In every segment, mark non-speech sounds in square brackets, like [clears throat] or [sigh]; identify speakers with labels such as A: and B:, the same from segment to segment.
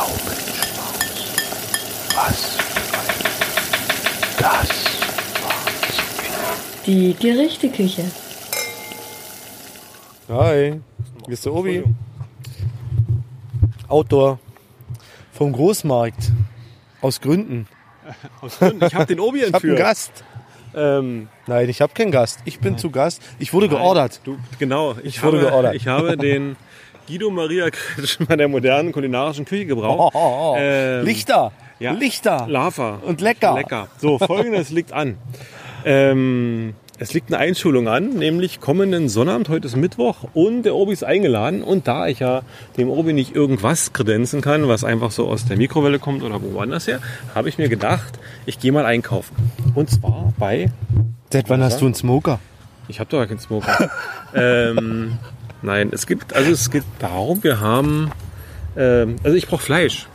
A: Gaumenschmaus. Was für ein... Das war's.
B: Die Gerichteküche.
C: Hi, hier ist der Obi. Outdoor. Vom Großmarkt. Aus Gründen.
D: [laughs] Aus Gründen. Ich habe den Obi
C: [laughs] Ich habe einen
D: entführt.
C: Gast.
D: Ähm,
C: Nein, ich habe keinen Gast. Ich bin zu Gast. Ich wurde geordert.
D: du, genau. Ich,
C: wurde
D: habe,
C: geordert.
D: Ich habe den Guido Maria Kretschmer der modernen kulinarischen Küche gebraucht. Ähm,
C: Oh, Lichter.
D: ja.
C: Lichter.
D: Lava.
C: Und lecker.
D: Lecker. So, folgendes liegt an. Ähm, es liegt eine Einschulung an, nämlich kommenden Sonnabend, heute ist Mittwoch und der Obi ist eingeladen. Und da ich ja dem Obi nicht irgendwas kredenzen kann, was einfach so aus der Mikrowelle kommt oder woanders her, habe ich mir gedacht, ich gehe mal einkaufen. Und zwar bei
C: Seit wann hast du einen Smoker?
D: ich habe doch gar keinen
C: [laughs]
D: Smoker. ähm, nein, es gibt, also es geht darum, wir haben, ähm, also ich brauche Fleisch.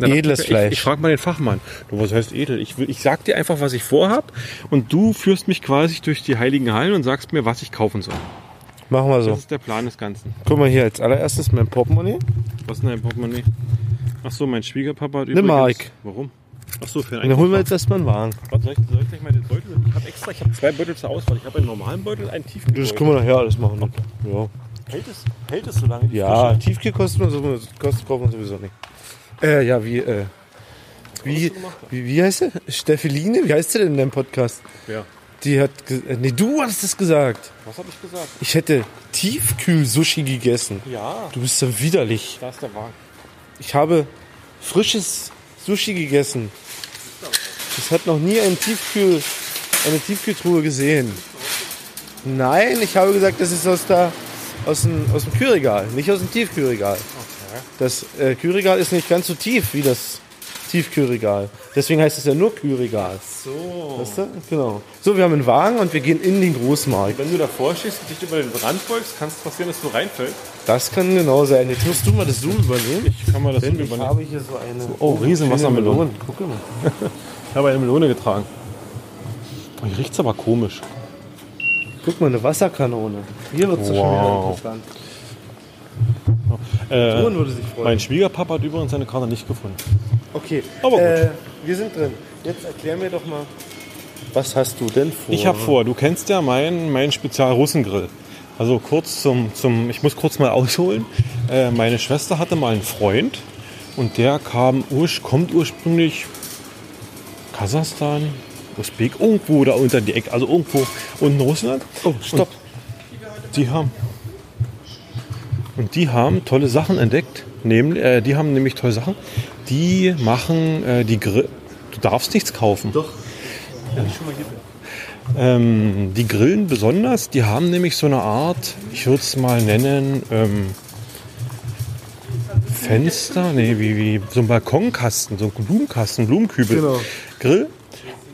D: Dann-
C: Edles
D: ich,
C: Fleisch.
D: Ich frage mal den Fachmann. Du, was heißt edel? Ich, will- ich sag dir einfach, was ich vorhab und du führst mich quasi durch die heiligen Hallen und sagst mir, was ich kaufen soll.
C: Machen wir
D: Das
C: so.
D: ist der Plan des Ganzen.
C: Guck mal hier, als allererstes mein Portemonnaie.
D: Was ist denn dein Portemonnaie? Ach so, mein Schwiegerpapa hat
C: Nimm mal, Ike.
D: Warum? Ach so, für den
C: Und dann holen wir jetzt erstmal einen Wagen.
D: Warte, soll ich, soll ich gleich mal den Beutel? Ich habe extra, ich habe zwei Beutel zur Auswahl. Ich habe einen normalen Beutel, einen tiefen
C: Das können wir nachher alles machen. Ja.
D: Hält es, hält es so lange? die
C: Ja,
D: Frische?
C: Tiefkühl kosten wir sowieso, kosten, kaufen wir sowieso nicht. Äh, ja, wie, äh, wie, wie, wie heißt sie? Steffeline? Wie heißt sie denn in deinem Podcast?
D: Ja.
C: Die hat, ge- äh, nee, du hast es gesagt.
D: Was habe ich gesagt?
C: Ich hätte Tiefkühl-Sushi gegessen.
D: Ja,
C: Du bist ja widerlich.
D: da ist der Wagen.
C: Ich habe frisches Sushi gegessen. Das hat noch nie ein Tiefkühl, eine Tiefkühltruhe gesehen. Nein, ich habe gesagt, das ist aus, der, aus, dem, aus dem Kühlregal, nicht aus dem Tiefkühlregal. Das äh, Kühlregal ist nicht ganz so tief wie das Tiefkühlregal. Deswegen heißt es ja nur Kühlregal.
D: So.
C: Weißt du? Genau. So, wir haben einen Wagen und wir gehen in den Großmarkt.
D: Wenn du davor stehst und dich über den Rand beugst, kann es passieren, dass du reinfällst.
C: Das kann genau sein. Jetzt musst du mal das Zoom übernehmen.
D: Ich kann mal das
C: Denn
D: Ding
C: ich
D: übernehmen.
C: habe hier so eine.
D: Oh, Riesenwassermelone.
C: Melone. Guck mal.
D: Ich habe eine Melone getragen. Oh, hier riecht es aber komisch.
C: Guck mal, eine Wasserkanone. Hier wird es schon wieder
D: Wow.
C: interessant.
D: Äh,
C: Sohn würde sich freuen.
D: mein Schwiegerpapa hat übrigens seine Karte nicht gefunden.
C: Okay,
D: Aber gut.
C: Äh, wir sind drin. Jetzt erklär mir doch mal, was hast du denn vor? ne?
D: Ich habe vor, du kennst ja meinen, meinen Spezial-Russengrill. Also kurz zum, zum, ich muss kurz mal ausholen. Äh, meine Schwester hatte mal einen Freund und der kam, ursch- kommt ursprünglich Kasachstan, Usbek, irgendwo da unter die Ecke, also irgendwo unten Russland.
C: Oh, stopp.
D: Die haben. Und die haben tolle Sachen entdeckt. Nämlich, äh, die haben nämlich tolle Sachen. Die machen äh, die Grill. Du darfst nichts kaufen. Doch. Ähm, die grillen besonders. Die haben nämlich so eine Art, ich würde es mal nennen, ähm, Fenster, nee, wie, wie so ein Balkonkasten, so ein Blumenkasten, Blumenkübel,
C: Genau.
D: Grill.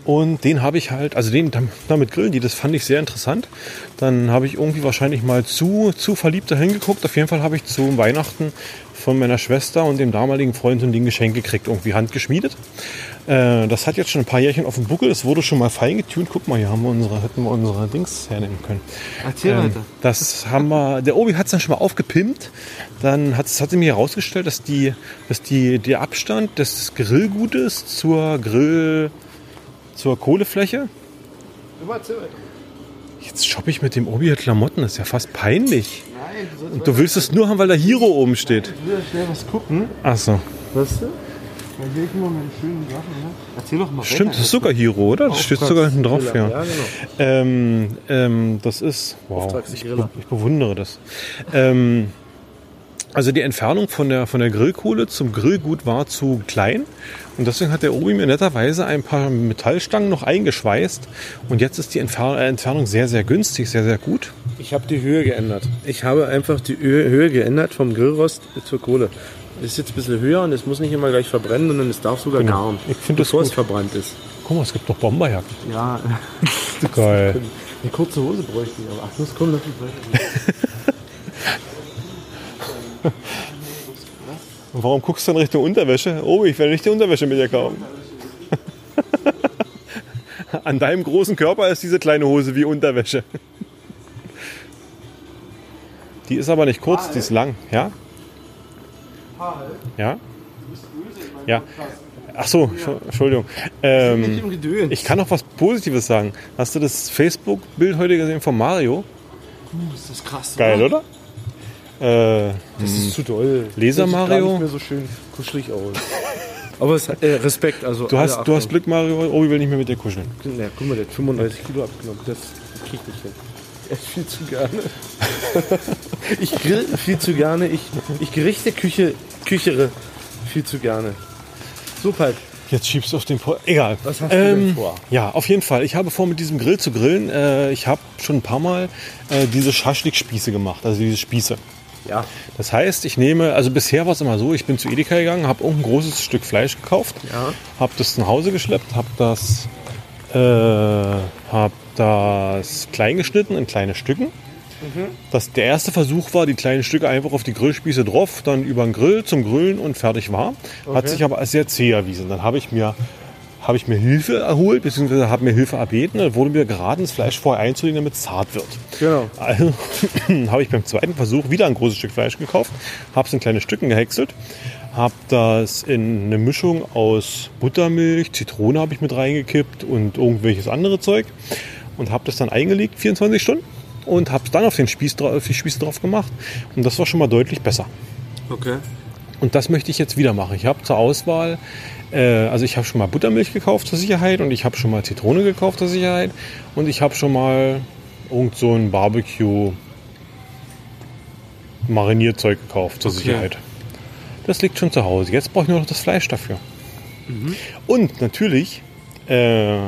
D: Und den habe ich halt, also den dam- damit grillen die, das fand ich sehr interessant. Dann habe ich irgendwie wahrscheinlich mal zu, zu verliebt dahin geguckt. Auf jeden Fall habe ich zu Weihnachten von meiner Schwester und dem damaligen Freund so ein Ding geschenkt gekriegt, irgendwie handgeschmiedet. Äh, das hat jetzt schon ein paar Jährchen auf dem Buckel, es wurde schon mal fein getunt. Guck mal, hier haben wir unsere, hätten wir unsere Dings hernehmen können.
C: Erzähl
D: Ähm,
C: weiter.
D: Das haben wir, der Obi hat es dann schon mal aufgepimpt. Dann hat es hat sie mir herausgestellt, dass, die, dass die, der Abstand des Grillgutes zur Grill, zur Kohlefläche. Jetzt shoppe ich mit dem Obi hier Klamotten, das ist ja fast peinlich.
C: Nein, du sollst
D: Und du willst es nur haben, weil da Hiro oben steht.
C: wieder schnell was gucken.
D: Achso,
C: Weißt du? Da sehe ich immer meine schönen Sachen. Ne? Erzähl doch mal.
D: stimmt, das ist sogar Hiro, oder? Das steht sogar hinten drauf, ja.
C: ja. Ja, genau.
D: Ähm, ähm, das ist. Wow, ich,
C: Griller.
D: be- ich bewundere das. Ähm, also die Entfernung von der, von der Grillkohle zum Grillgut war zu klein. Und deswegen hat der Obi mir netterweise ein paar Metallstangen noch eingeschweißt. Und jetzt ist die Entfer äh, Entfernung sehr, sehr günstig, sehr, sehr gut.
C: Ich habe die Höhe geändert. Ich habe einfach die Ö- Höhe geändert vom Grillrost zur Kohle. Es ist jetzt ein bisschen höher und es muss nicht immer gleich verbrennen, sondern es darf sogar garen.
D: Genau. Ich find das
C: bevor es
D: gut.
C: verbrannt ist.
D: Guck mal, es gibt noch Bomberjacken.
C: Ja,
D: Geil.
C: eine kurze Hose bräuchte ich, aber ach, das kommt natürlich weiter.
D: Und warum guckst du in Richtung Unterwäsche? Obi, ich werde nicht die Unterwäsche mit dir kaufen. [laughs] An deinem großen Körper ist diese kleine Hose wie Unterwäsche. Die ist aber nicht kurz, die ist lang, ja? Ja? Ja. Ach so, Schu- Entschuldigung. Ähm,
C: im Gedön.
D: ich kann noch was Positives sagen. Hast du das Facebook-Bild heute gesehen von Mario?
C: ist das krass.
D: Geil, oder? Äh,
C: Das ist zu doll.
D: Laser
C: Sieht gar
D: Mario?
C: nicht mehr so schön kuschelig aus. [laughs] Aber es, äh, Respekt, also.
D: du,
C: alle
D: hast, du hast
C: Achtung.
D: Glück, Mario. Obi will nicht mehr mit dir kuscheln.
C: Na, guck mal, der hat 35 Kilo abgenommen. Das krieg ich nicht hin. Er isst viel zu [laughs] gerne. ich grill viel zu gerne. Ich, ich gerichte Küche, küchere viel zu gerne. So, Palp,
D: Jetzt schiebst du auf den Po. Egal. Ähm,
C: was hast du denn vor?
D: Ja, auf jeden Fall. Ich habe vor, mit diesem Grill zu grillen. Äh, ich habe schon ein paar Mal äh, diese Schaschlik-Spieße gemacht, also diese Spieße.
C: Ja.
D: Das heißt, ich nehme, also bisher war es immer so, ich bin zu Edeka gegangen, habe irgendein großes Stück Fleisch gekauft,
C: Ja.
D: habe das nach Hause geschleppt, habe das, äh, hab das klein geschnitten in kleine Stücken.
C: Mhm.
D: Das, der erste Versuch war, die kleinen Stücke einfach auf die Grillspieße drauf, dann über den Grill zum Grillen und fertig war. Hat sich aber als sehr zäh erwiesen. Dann habe ich mir habe ich mir Hilfe erholt, beziehungsweise habe mir Hilfe erbeten. Dann wurde mir geraten, das Fleisch vorher einzulegen, damit es zart wird.
C: Genau.
D: Also [clears throat] habe ich beim zweiten Versuch wieder ein großes Stück Fleisch gekauft, habe es in kleine Stücken gehäckselt, habe das in eine Mischung aus Buttermilch, Zitrone habe ich mit reingekippt und irgendwelches andere Zeug und habe das dann eingelegt, 24 Stunden und habe es dann auf den Spieß, dra- auf die Spieße drauf gemacht und das war schon mal deutlich besser.
C: Okay.
D: Und das möchte ich jetzt wieder machen. Ich habe zur Auswahl, äh, also ich habe schon mal Buttermilch gekauft zur Sicherheit und ich habe schon mal Zitrone gekauft zur Sicherheit und ich habe schon mal irgend so ein Barbecue Marinierzeug gekauft zur Sicherheit. Das liegt schon zu Hause. Jetzt brauche ich nur noch das Fleisch dafür. Und natürlich, äh,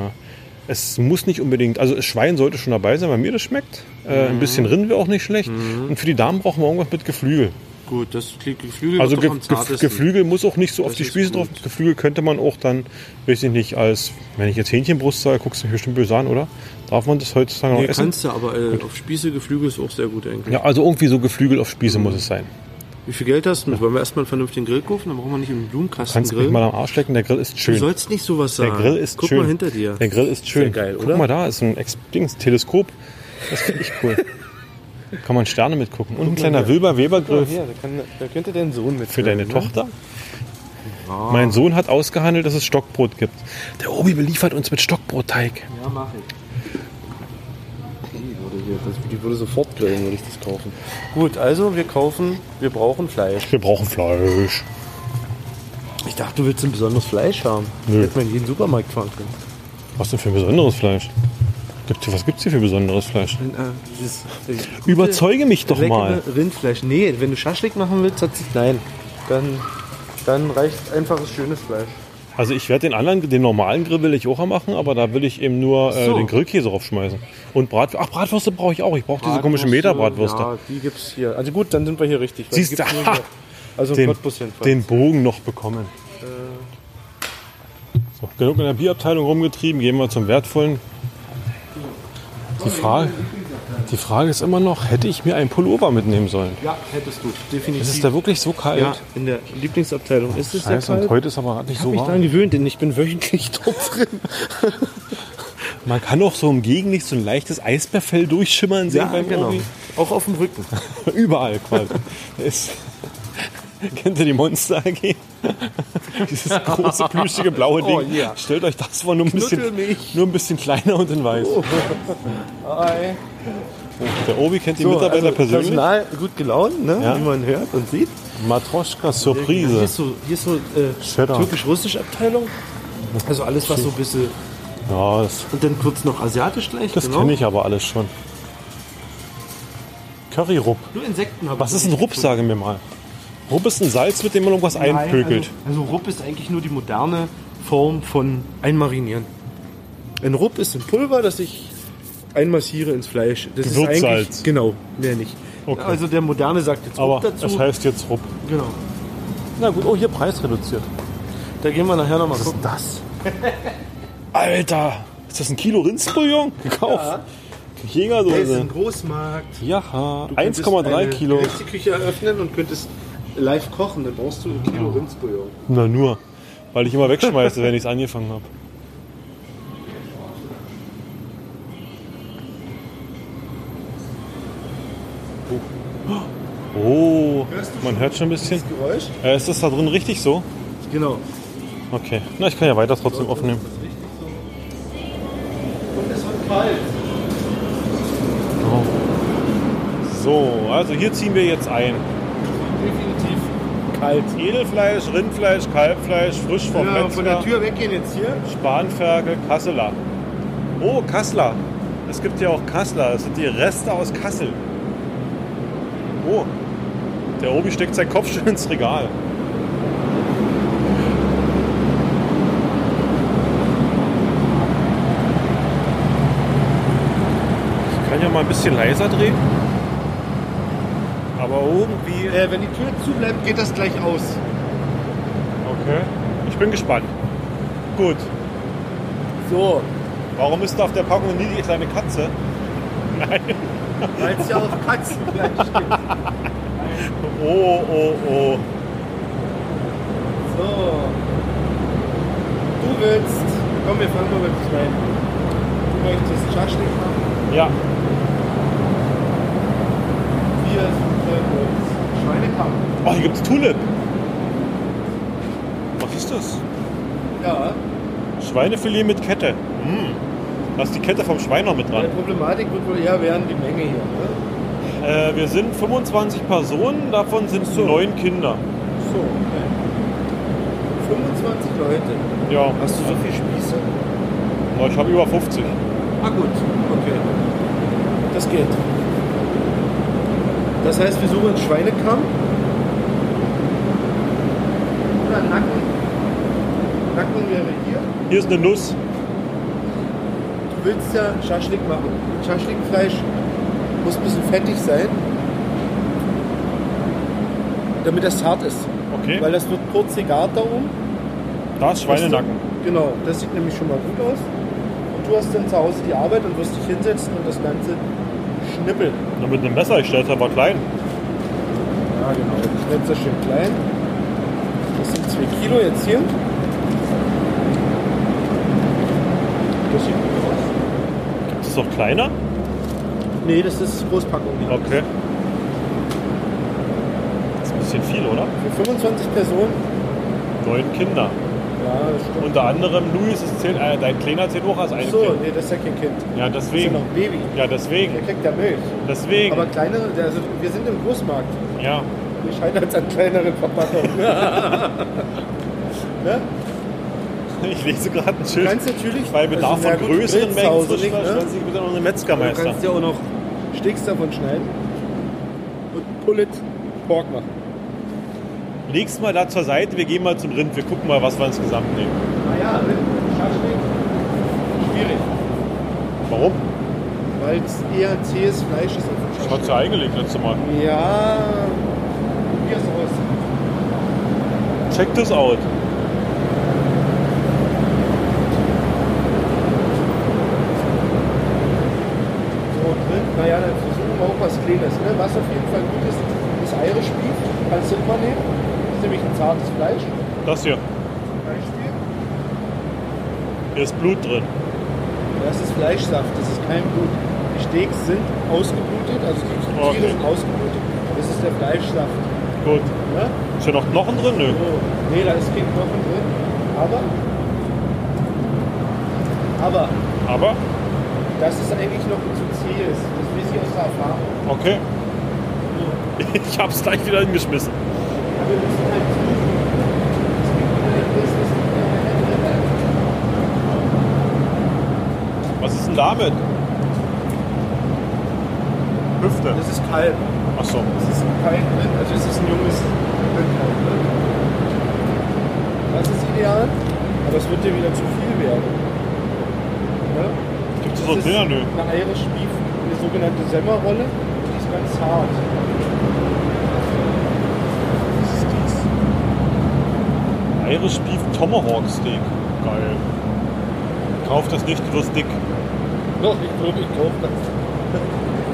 D: es muss nicht unbedingt, also das Schwein sollte schon dabei sein, weil mir das schmeckt. Äh, ein bisschen Rind wäre auch nicht schlecht. Und für die Damen brauchen wir irgendwas mit Geflügel.
E: Gut, das klingt Geflügel
D: Also
E: wird
D: Ge
E: doch am
D: Ge
E: zartesten.
D: Geflügel muss auch nicht so auf
E: Das
D: die
E: ist
D: Spieße
E: gut.
D: drauf. Geflügel könnte man auch dann, weiß ich nicht, als, wenn ich jetzt Hähnchenbrust sage, guckst du mich bestimmt böse an, oder? Darf man das heutzutage noch
E: Nee,
D: essen?
E: kannst du, aber äh, auf Spieße Geflügel ist auch sehr gut eigentlich.
D: Ja, also irgendwie so Geflügel auf Spieße muss es sein.
E: Wie viel Geld hast du? Wollen wir erstmal einen vernünftigen Grill kaufen? Dann brauchen wir nicht einen
D: Kannst du mich
E: Blumenkastengrill.
D: mal am Arsch lecken, der Grill ist
E: Du
D: schön.
E: sollst nicht sowas
D: Der
E: sagen.
D: Grill ist
E: Guck
D: schön.
E: mal hinter dir.
D: Der Grill ist schön.
C: geil, oder?
D: Guck mal da, ist ein Ex Dings, Teleskop. Das finde ich cool.
E: [laughs]
D: Kann man Sterne mitgucken. Und ein kleiner Wilber-Weber-Grill
C: Ja, Ah, da, kann, da könnte dein Sohn mit. ne?
D: für
E: ne?
D: deine Tochter. Mein Sohn hat ausgehandelt, dass es Stockbrot gibt. Der Obi beliefert uns mit Stockbrotteig.
E: Ja, mach ich.
C: Die würde, hier, das, die würde sofort grillen, würde ich das kaufen. Gut, also wir kaufen, wir brauchen Fleisch.
D: Wir brauchen Fleisch.
C: Ich dachte, du willst ein besonderes Fleisch haben.
D: Nö.
C: Hätte man in jeden Supermarkt fahren können.
D: Was denn für ein besonderes Fleisch? Gibt, was gibt's hier für besonderes Fleisch?
C: Äh, dieses, äh,
D: Überzeuge mich doch
C: leckere
D: mal.
C: Rindfleisch. Nee, wenn du Schaschlik machen willst, hat sich nein. Dann, dann reicht einfaches schönes Fleisch.
D: Also ich werde den anderen, den normalen Grill will ich auch machen, aber da will ich eben nur äh, den Grillkäse draufschmeißen. Und Brat, ach, Bratwürste brauche ich auch. Ich brauche diese komischen Meterbratwürste.
C: Ja, die gibt's hier. Also gut, dann sind wir hier richtig. weil
D: Siehst
C: die
D: du,
C: gibt's nur
D: ha!
C: hier. Also im
D: Den,
C: Cottbus jedenfalls.
D: den Bogen noch bekommen.
C: Äh.
D: So, genug in der Bierabteilung rumgetrieben, gehen wir zum wertvollen. Die Frage, die Frage ist immer noch, hätte ich mir einen Pullover mitnehmen sollen?
C: Ja, hättest du. Definitiv.
D: Es ist da wirklich so kalt.
C: ja, in der Lieblingsabteilung ist es ja
D: Scheiße, und
C: kalt.
D: heute ist aber gerade nicht
C: Ich
D: so
C: mich daran
D: warm.
C: gewöhnt, denn ich bin wöchentlich [laughs] dort drin.
D: Man kann auch so im Gegenlicht so ein leichtes Eisbärfell durchschimmern sehen beim
C: genau.
D: Obi. [laughs]
C: Auch auf dem Rücken.
D: Überall quasi. Da ist, [laughs] kennt ihr die Monster AG? [laughs] Dieses große, plüschige, blaue Ding.
C: Oh, yeah.
D: Stellt euch das vor, nur ein, bisschen,
C: Knuddelmilch.
D: nur ein bisschen kleiner und in weiß.
C: Oh. Hi.
D: Der Obi kennt die
C: So,
D: Mitarbeiter
C: also
D: persönlich.
C: Personal gut gelaunt, ne?
D: Ja.
C: wie man hört und sieht.
D: Matroschka
C: Hier
D: Surprise.
C: ist so, hier ist so äh,
D: Cheddar.
C: türkisch-russische Abteilung. Also alles, was so ein bisschen.
D: Ja, das,
C: Und dann kurz noch asiatisch gleich. genau.
D: das kenne ich aber alles schon. Curryrupp.
C: Nur Insekten habe
D: Was
C: ich
D: ist ein
C: nicht
D: Rupp,
C: gefunden.
D: sage mir mal. Rupp ist ein Salz, mit dem man irgendwas
C: Nein,
D: einpökelt.
C: Also, also Rupp ist eigentlich nur die moderne Form von Einmarinieren. Ein Rupp ist ein Pulver, das ich einmassiere ins Fleisch. Das ist eigentlich
D: Gewürzsalz.
C: genau, mehr nicht.
D: Okay.
C: Also der moderne sagt jetzt
D: aber
C: Rupp dazu.
D: es heißt jetzt Rupp.
C: genau.
D: Na gut, oh, hier preisreduziert.
C: Da gehen wir nachher nochmal gucken.
D: das? Alter, ist das ein Kilo Rindsbouillon? [laughs] Gekauft.
C: Der ist ein
D: Jägerdose.
C: Großmarkt.
D: Ja,
C: Du könntest
D: 1,3
C: eine
D: Kilo.
C: gerechte Küche eröffnen und könntest live kochen, dann brauchst du ein
D: Genau.
C: Kilo Rindsbouillon.
D: Na nur, weil ich immer wegschmeiße, wenn ich es angefangen habe. Oh, man hört schon ein bisschen.
C: Geräusch?
D: Oh, Äh, Ist das da drin richtig so?
C: Genau.
D: Okay. Na, ich kann ja weiter trotzdem aufnehmen. So, also hier ziehen wir jetzt ein.
C: Definitiv.
D: Kalt. Edelfleisch, Rindfleisch, Kalbfleisch, frisch vom
C: Ja,
D: Metzger,
C: von der Tür weggehen jetzt hier.
D: Spanferkel, Kasseler. Oh, Kasseler. Es gibt ja auch Kasseler. Das sind die Reste aus Kassel. Oh, der Obi steckt seinen Kopf schon ins Regal. Ich kann ja mal ein bisschen leiser drehen. Aber irgendwie...
C: Äh, wenn die Tür zu bleibt, geht das gleich aus.
D: Okay. Ich bin gespannt. Gut.
C: So,
D: Warum ist da auf der Packung nie die kleine Katze?
C: weil es ja auch Katzen [laughs] gleich steht.
D: Oh, oh, oh.
C: So. Du willst. Komm, wir fangen mal mit dich rein. Du möchtest Schaschlik machen.
D: Ja,
C: Wir äh, wollen Schweinekamp.
D: Oh, hier gibt's Tulip. Was ist das?
C: Ja.
D: Schweinefilet mit Kette. Mm. Da ist die Kette vom Schwein noch mit
C: Die
D: dran.
C: Problematik wird wohl eher werden die Menge hier. Ne?
D: Äh, wir sind 25 Personen, davon sind neun Kinder.
C: So, okay. 25 Leute.
D: Ja,
C: Hast du so viel Spieße?
D: Na, ich habe über 50.
C: Ah gut, okay. Das geht. Das heißt, wir suchen einen Schweinekamm. Oder einen Nacken. Nacken wäre hier.
D: Hier ist eine Nuss.
C: Du willst ja Schaschlik machen. Schaschlikfleisch muss ein bisschen fettig sein. Damit das hart ist.
D: Okay,
C: Weil das wird kurz um. gegart da oben.
D: da ist Schweinenacken.
C: Genau, das sieht nämlich schon mal gut aus. Und du hast dann zu Hause die Arbeit und wirst dich hinsetzen und das Ganze schnippeln.
D: Na, mit einem Messer, ich stelle aber klein.
C: Ja, genau. Ich nehme das schön klein. Das sind 2 Kilo jetzt hier. Das sieht gut aus.
D: Ist das noch kleiner?
C: Nee, das ist Großpackung.
D: Okay. Das ist ein bisschen viel, oder?
C: Für 25 Personen.
D: Neun Kinder.
C: Ja, das stimmt.
D: Unter anderem Luis, ist zählt, äh, dein Kleiner zählt auch als ein
C: so,
D: Kind.
C: nee, das ist ja kein Kind.
D: Ja,
C: Das ist ja noch
D: deswegen.
C: ein Baby.
D: Ja, deswegen.
C: Der kriegt ja Milch.
D: Deswegen.
C: Aber kleinere, also wir sind im Großmarkt.
D: ja. [laughs]
C: Wir scheitern jetzt an kleineren Verpackungen. ne?
D: Ich lese gerade ein
C: Du
D: Schild.
C: kannst natürlich. also
D: bei Bedarf
C: na
D: von
C: gut,
D: größeren
C: grillst zu
D: Mengen
C: Hause
D: frisch
C: nicht, ne?
D: stellen Sie bitte noch einen
C: Du
D: Metzgermeister.
C: kannst ja auch noch Steaks davon schneiden und Pullet Pork machen.
D: Legst mal da zur Seite, wir gehen mal zum Rind, wir gucken mal, was wir insgesamt nehmen.
C: Naja, Ah Schaschlik, schwierig,
D: Warum?
C: weil es eher zähes Fleisch ist als ein
D: Ich hab's ja eingelegt letztes Mal.
C: Schaschlik. Ja, hier ist aus.
D: Check this out.
C: So drin. Naja, dann versuchen wir auch was Kleines. Ne? Was auf jeden Fall gut ist, ist Irish Beef. Kannst du immer nehmen. Das ist nämlich ein zartes Fleisch.
D: Das hier.
C: Beispiel.
D: Hier ist Blut drin.
C: Das ist Fleischsaft, das ist kein Blut. Die Steaks sind ausgeblutet, also die Tiere
D: Okay.
C: sind ausgeblutet. Das ist der Fleischsaft.
D: Gut.
C: Ne?
D: Ist hier noch Knochen drin? Nö.
C: So. Nee, da ist kein Knochen drin. Aber, aber
D: Aber,
C: das ist eigentlich noch zu zäh ist. Das weiß ich aus der Erfahrung.
D: okay. [laughs] Ich hab's gleich wieder hingeschmissen.
C: Aber wir müssen halt suchen. Es gibt halt wieder ein Business, wieder ein Rennen.
D: Was ist denn damit? Hüfte.
C: Das ist Kalb.
D: Achso.
C: Das ist kein Rind, also es ist ein junges Rindkalb. Ne? Das ist ideal, aber es wird dir wieder zu viel werden. Ne?
D: Gibt's
C: Das
D: so
C: ist
D: Dinger? Nö.
C: Eine Irish Beef, eine sogenannte Semmerrolle, die ist ganz hart. Das ist dies.
D: Irish Beef Tomahawk Steak. Geil. Kauf das nicht, du wirst dick.
C: Doch, ich glaube, ich glaube das. [laughs]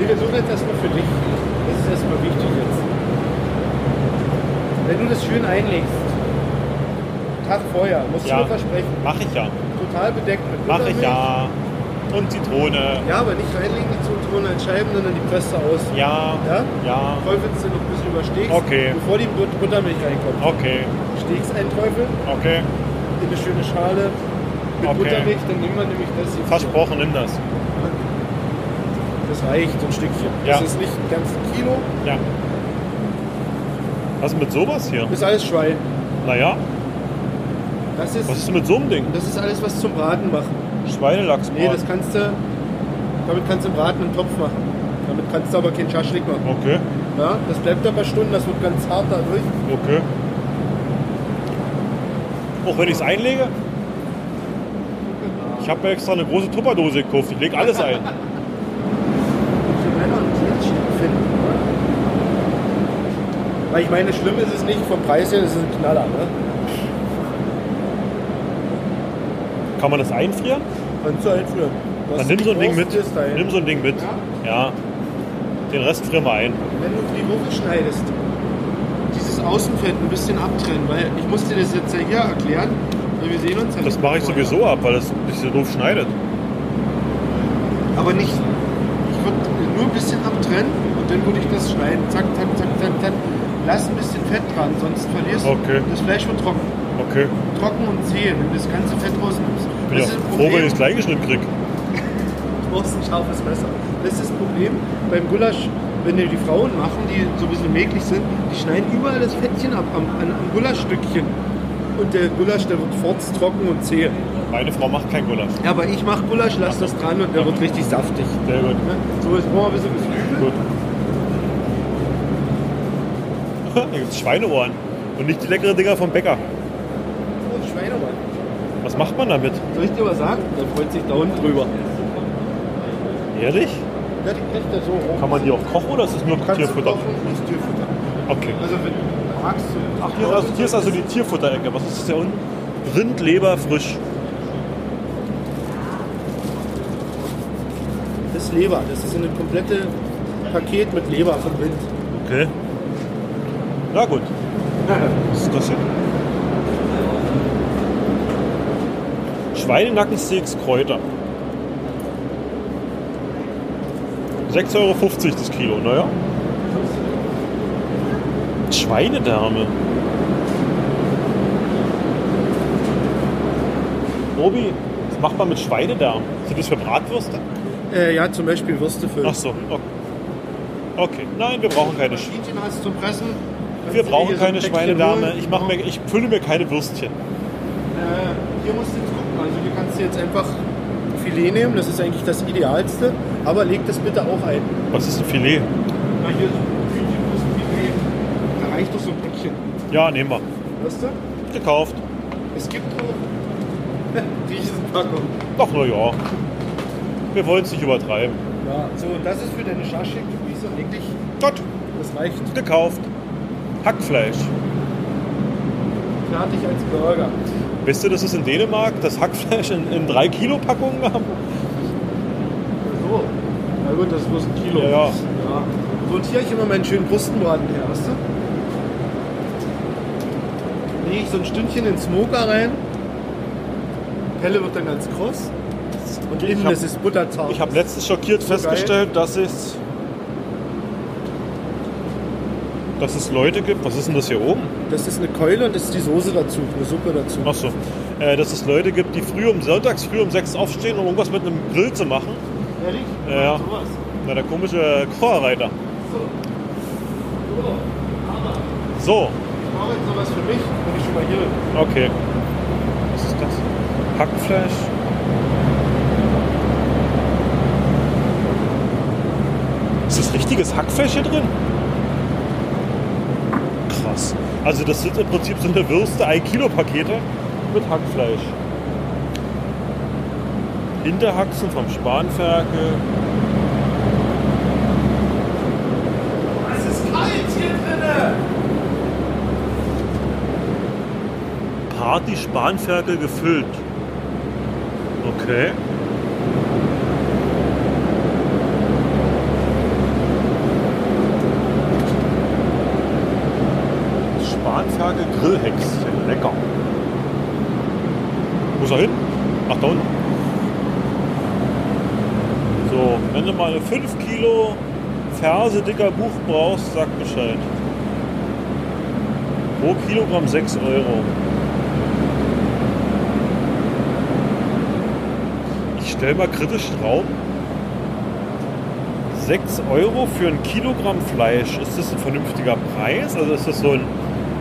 C: Nee, wir suchen jetzt erstmal für dich. Das ist erstmal wichtig jetzt. Wenn du das schön einlegst, Tag vorher, musst
D: Ja.
C: du mir versprechen.
D: Mach ich ja.
C: Total bedeckt mit
D: Mach ich
C: Buttermilch.
D: ja. Und Zitrone.
C: Ja, aber nicht reinlegen, die Zitronen als Scheiben, sondern die presst du aus.
D: Ja.
C: Ja?
D: Ja.
C: Voll, wenn du noch ein bisschen überstehst,
D: Okay.
C: bevor die But- Buttermilch reinkommt.
D: Okay.
C: Steaks-Einträufel
D: Okay,
C: in eine schöne Schale mit
D: Okay.
C: Buttermilch, dann nehmen wir nämlich das hier.
D: versprochen, nimm das.
C: Das reicht, so ein Stückchen.
D: Ja.
C: Das ist nicht ein ganzes Kilo,
D: Ja. Was ist mit sowas hier?
C: das ist alles Schwein.
D: Naja,
C: Das
D: was ist
C: ist,
D: denn mit so einem Ding?
C: das ist alles, was zum Braten machen.
D: Schweinelachs.
C: Nee, das kannst du, damit kannst du Braten im Topf machen. Damit kannst du aber keinen Schaschlik machen.
D: Okay,
C: Ja, das bleibt ein paar Stunden, das wird ganz hart dadurch.
D: okay. Auch wenn ich es einlege? Ich habe mir extra eine große Tupperdose gekauft. Ich lege alles ein.
C: [laughs] Weil ich meine, schlimm ist es nicht vom Preis her, das ist ein Knaller. Ne?
D: Kann man das einfrieren?
C: Kannst du halt einführen. Das
D: Dann nimm so ein Ding mit.
C: Ist dahin.
D: Nimm so ein Ding mit. Ja. Den Rest frieren wir ein.
C: Wenn du die Wurst schneidest, dieses Außenfett ein bisschen abtrennen, weil ich muss dir das jetzt ja hier erklären, weil wir sehen uns ja
D: Das
C: nicht
D: mache ich
C: vorher.
D: sowieso ab, weil das ein bisschen doof schneidet.
C: Aber nicht, ich würde nur ein bisschen abtrennen und dann würde ich das schneiden. Zack, zack, zack, zack, zack. Lass ein bisschen Fett dran, sonst verlierst du.
D: Okay.
C: Das Fleisch wird trocken.
D: Okay.
C: Trocken und zäh, wenn du das ganze Fett rausnimmst.
D: Ich bin ja
C: das ist ein
D: froh, wenn
C: Problem.
D: ich es gleich geschnitten kriege.
C: Du brauchst ein scharfes Messer. Das ist das Problem beim Gulasch, wenn dir die Frauen machen, die so ein bisschen mäglich sind, die schneiden überall das Fettchen ab am, an- am Gulaschstückchen. Und der Gulasch, der wird fortstrocken und zäh.
D: Meine Frau macht kein Gulasch.
C: Ja, aber ich mache Gulasch, lass das dran und der wird richtig saftig.
D: Sehr gut.
C: Ne? So, jetzt brauchen wir ein bisschen Geflügel.
D: Gut. [laughs] da gibt es Schweineohren. Und nicht die leckeren Dinger vom Bäcker.
C: Oh, Schweinemann.
D: Was macht man damit?
C: Soll ich dir was sagen? Der freut sich da unten drüber.
D: Ehrlich?
C: Ja, die kriegt er so hoch.
D: Kann man die auch kochen oder ist es nur Tierfutter?
C: Das Tierfutter.
D: Okay.
C: Also, wenn du magst, so
D: Ach, hier ist also, hier ist also die Tierfutterecke. Was ist das hier unten? Rind, Leber, frisch.
C: das ist Leber. Das ist ein komplettes Paket mit Leber vom
D: [laughs]
C: Rind.
D: Okay. Na gut. Was ist das hier? Schweinenackensteaks Kräuter. 6,50 Euro das Kilo, naja. Schweinedärme. Robi, was macht man mit Schweinedärmen? Sind das für Bratwürste?
C: Äh, ja, zum Beispiel Würste füllen.
D: Ach so, okay. Okay, nein, wir brauchen keine Sch
C: Schweinchen hast du zum Pressen. Kannst
D: Wir
C: du
D: brauchen
C: dir so ein
D: keine
C: Päckchen
D: Schweinedame.
C: holen.
D: Ich, mach mir, ich fülle mir keine Würstchen.
C: Äh, hier musst du jetzt gucken. Also hier kannst du jetzt einfach ein Filet nehmen. Das ist eigentlich das Idealste. Aber leg das bitte auch ein.
D: Was ist ein Filet?
C: Na, hier ist ein Filet. Da reicht doch so ein Päckchen.
D: Ja, nehmen wir.
C: Weißt du?
D: Gekauft.
C: Es gibt auch [laughs] Riesenpackung.
D: Doch, na ja. Wir wollen es nicht übertreiben.
C: Ja, so, das ist für deine Schaschlik-Gemüse eigentlich,
D: Gott,
C: das reicht
D: gekauft. Hackfleisch.
C: fertig als Burger.
D: Wisst ihr, dass es in Dänemark das Hackfleisch in, in 3 Kilo Packungen gab?
C: So. Na gut, das ist bloß ein Kilo.
D: Ja, ja.
C: Sortiere ich immer meinen schönen Brustenbraten her, weißt du? Lege ich so ein Stündchen in den Smoker rein. Pelle wird dann ganz kross. Und innen,
D: hab-
C: das ist butterzart.
D: Ich habe letztens schockiert festgestellt, dass es. Dass es Leute gibt. Was ist denn das hier oben?
C: das ist eine Keule und das ist die Soße dazu, eine Suppe dazu.
D: Achso. Äh, dass es Leute gibt, die früh um sonntags früh um 6 aufstehen, um irgendwas mit einem Grill zu machen.
C: Ehrlich?
D: Ja, ja.
C: Sowas.
D: Na, der komische Chorreiter. So,
C: Ich brauche jetzt sowas für mich, wenn ich schon mal hier bin.
D: okay. Was ist das? Hackfleisch? Ist das richtiges Hackfleisch hier drin? Krass. Also das sind im Prinzip so eine Würste 1 Kilo Pakete mit Hackfleisch. Hinterhaxen vom Spanferkel. Party Spanferkel gefüllt. Okay. Spanferkel Grillhäckchen, lecker. Wo ist er hin? Ach, da unten. So, wenn du mal eine 5 Kilo Ferse dicker Buch brauchst, sag Bescheid. Pro Kilogramm 6 Euro. Ich stelle mal kritisch drauf. 6 Euro für ein Kilogramm Fleisch. Ist das ein vernünftiger Preis? Also ist das so ein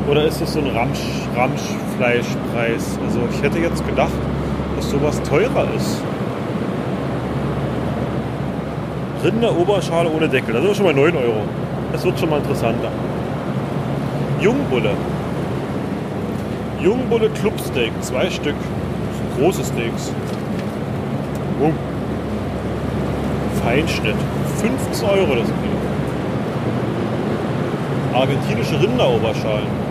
D: oder ist das so ein Ramsch, Ramschfleischpreis? Also ich hätte jetzt gedacht, dass sowas teurer ist. Rinderoberschale ohne Deckel. Das ist schon mal 9 Euro. Das wird schon mal interessanter. Jungbulle. Jungbulle Clubsteak. Zwei Stück. Große Steaks. Oh. Feinschnitt. 15 Euro das Kilo. Argentinische Rinderoberschalen.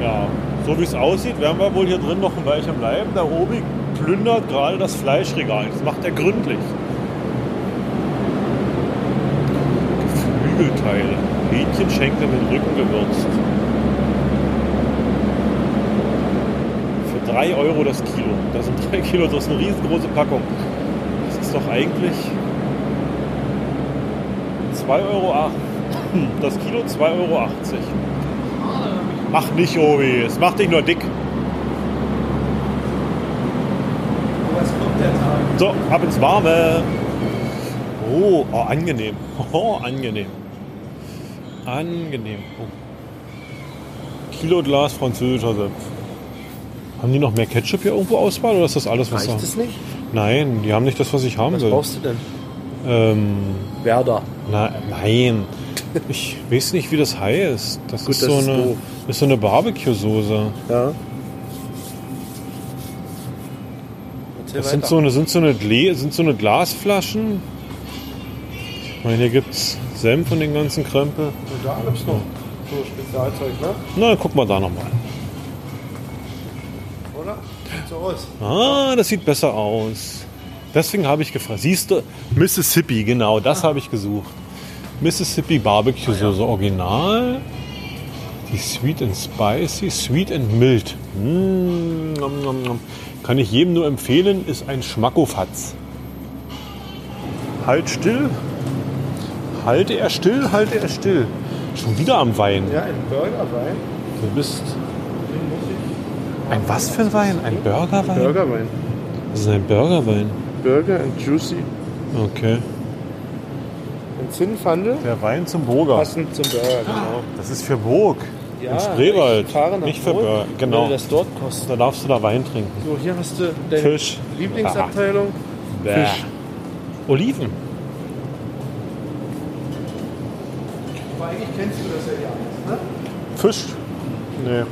D: Ja, so wie es aussieht, werden wir wohl hier drin noch ein Weilchen bleiben. Der Obi plündert gerade das Fleischregal. Das macht er gründlich. Flügelteile. Hähnchenschenkel mit Rücken gewürzt. Für 3 Euro das Kilo. Das sind 3 Kilo, das ist eine riesengroße Packung. Das ist doch eigentlich 2,08 Euro. [clears throat] Das Kilo 2,80 Euro. Mach nicht, Obi, es macht dich nur dick.
C: Aber es kommt der Tag.
D: So, ab ins Warme. Oh, oh angenehm. [laughs] Oh, angenehm. Angenehm. Oh. Kiloglas französischer Senf. Haben die noch mehr Ketchup hier irgendwo Auswahl oder ist das alles, was da?
F: Reicht es nicht?
D: Nein, die haben nicht das, was ich haben
F: Was
D: will.
F: brauchst du denn?
D: Ähm,
F: Werder.
D: na, nein. Ich weiß nicht, wie das heißt. Das,
F: Gut,
D: ist,
F: das
D: so
F: ist
D: eine,
F: doof.
D: ist so eine Barbecue-Soße.
F: Ja.
D: Das sind so, eine, sind, so eine Gle sind so eine Glasflaschen. Ich meine, hier gibt es Senf und den ganzen Krempel.
F: Da gibt's noch so Spezialzeug, ne?
D: Na, dann gucken wir da nochmal.
F: Oder? Sieht so aus.
D: Ah, das sieht besser aus. Deswegen habe ich gefragt. Siehst du, Mississippi, genau, das habe ich gesucht. Mississippi Barbecue Soße Original. Die Sweet and Spicy, Sweet and Mild. Mm, nom, nom, nom. Kann ich jedem nur empfehlen, ist ein Schmackofatz. Halt still. Halte er still, halte er still. Schon wieder am Wein.
C: Ja, ein Burgerwein.
D: Du bist. Ein was für ein Wein? Ein Burgerwein?
C: Burgerwein.
D: Das ist ein Burgerwein.
C: Burger and Juicy.
D: Okay.
C: Ein Zinnpfandel.
D: Der Wein zum Burger.
C: Passend zum Burger, genau.
D: Das ist für Burg.
C: Ja,
D: in Spreewald.
C: ich fahre nach
D: Nicht für
C: Burg.
D: Burger. Genau.
F: Würde das dort kosten.
D: Da darfst du da Wein trinken.
C: So, hier hast du deine
D: Fisch.
C: Lieblingsabteilung.
D: Bäh. Oliven.
C: Aber eigentlich kennst du das ja ja alles, ne?
D: Fisch. Nee.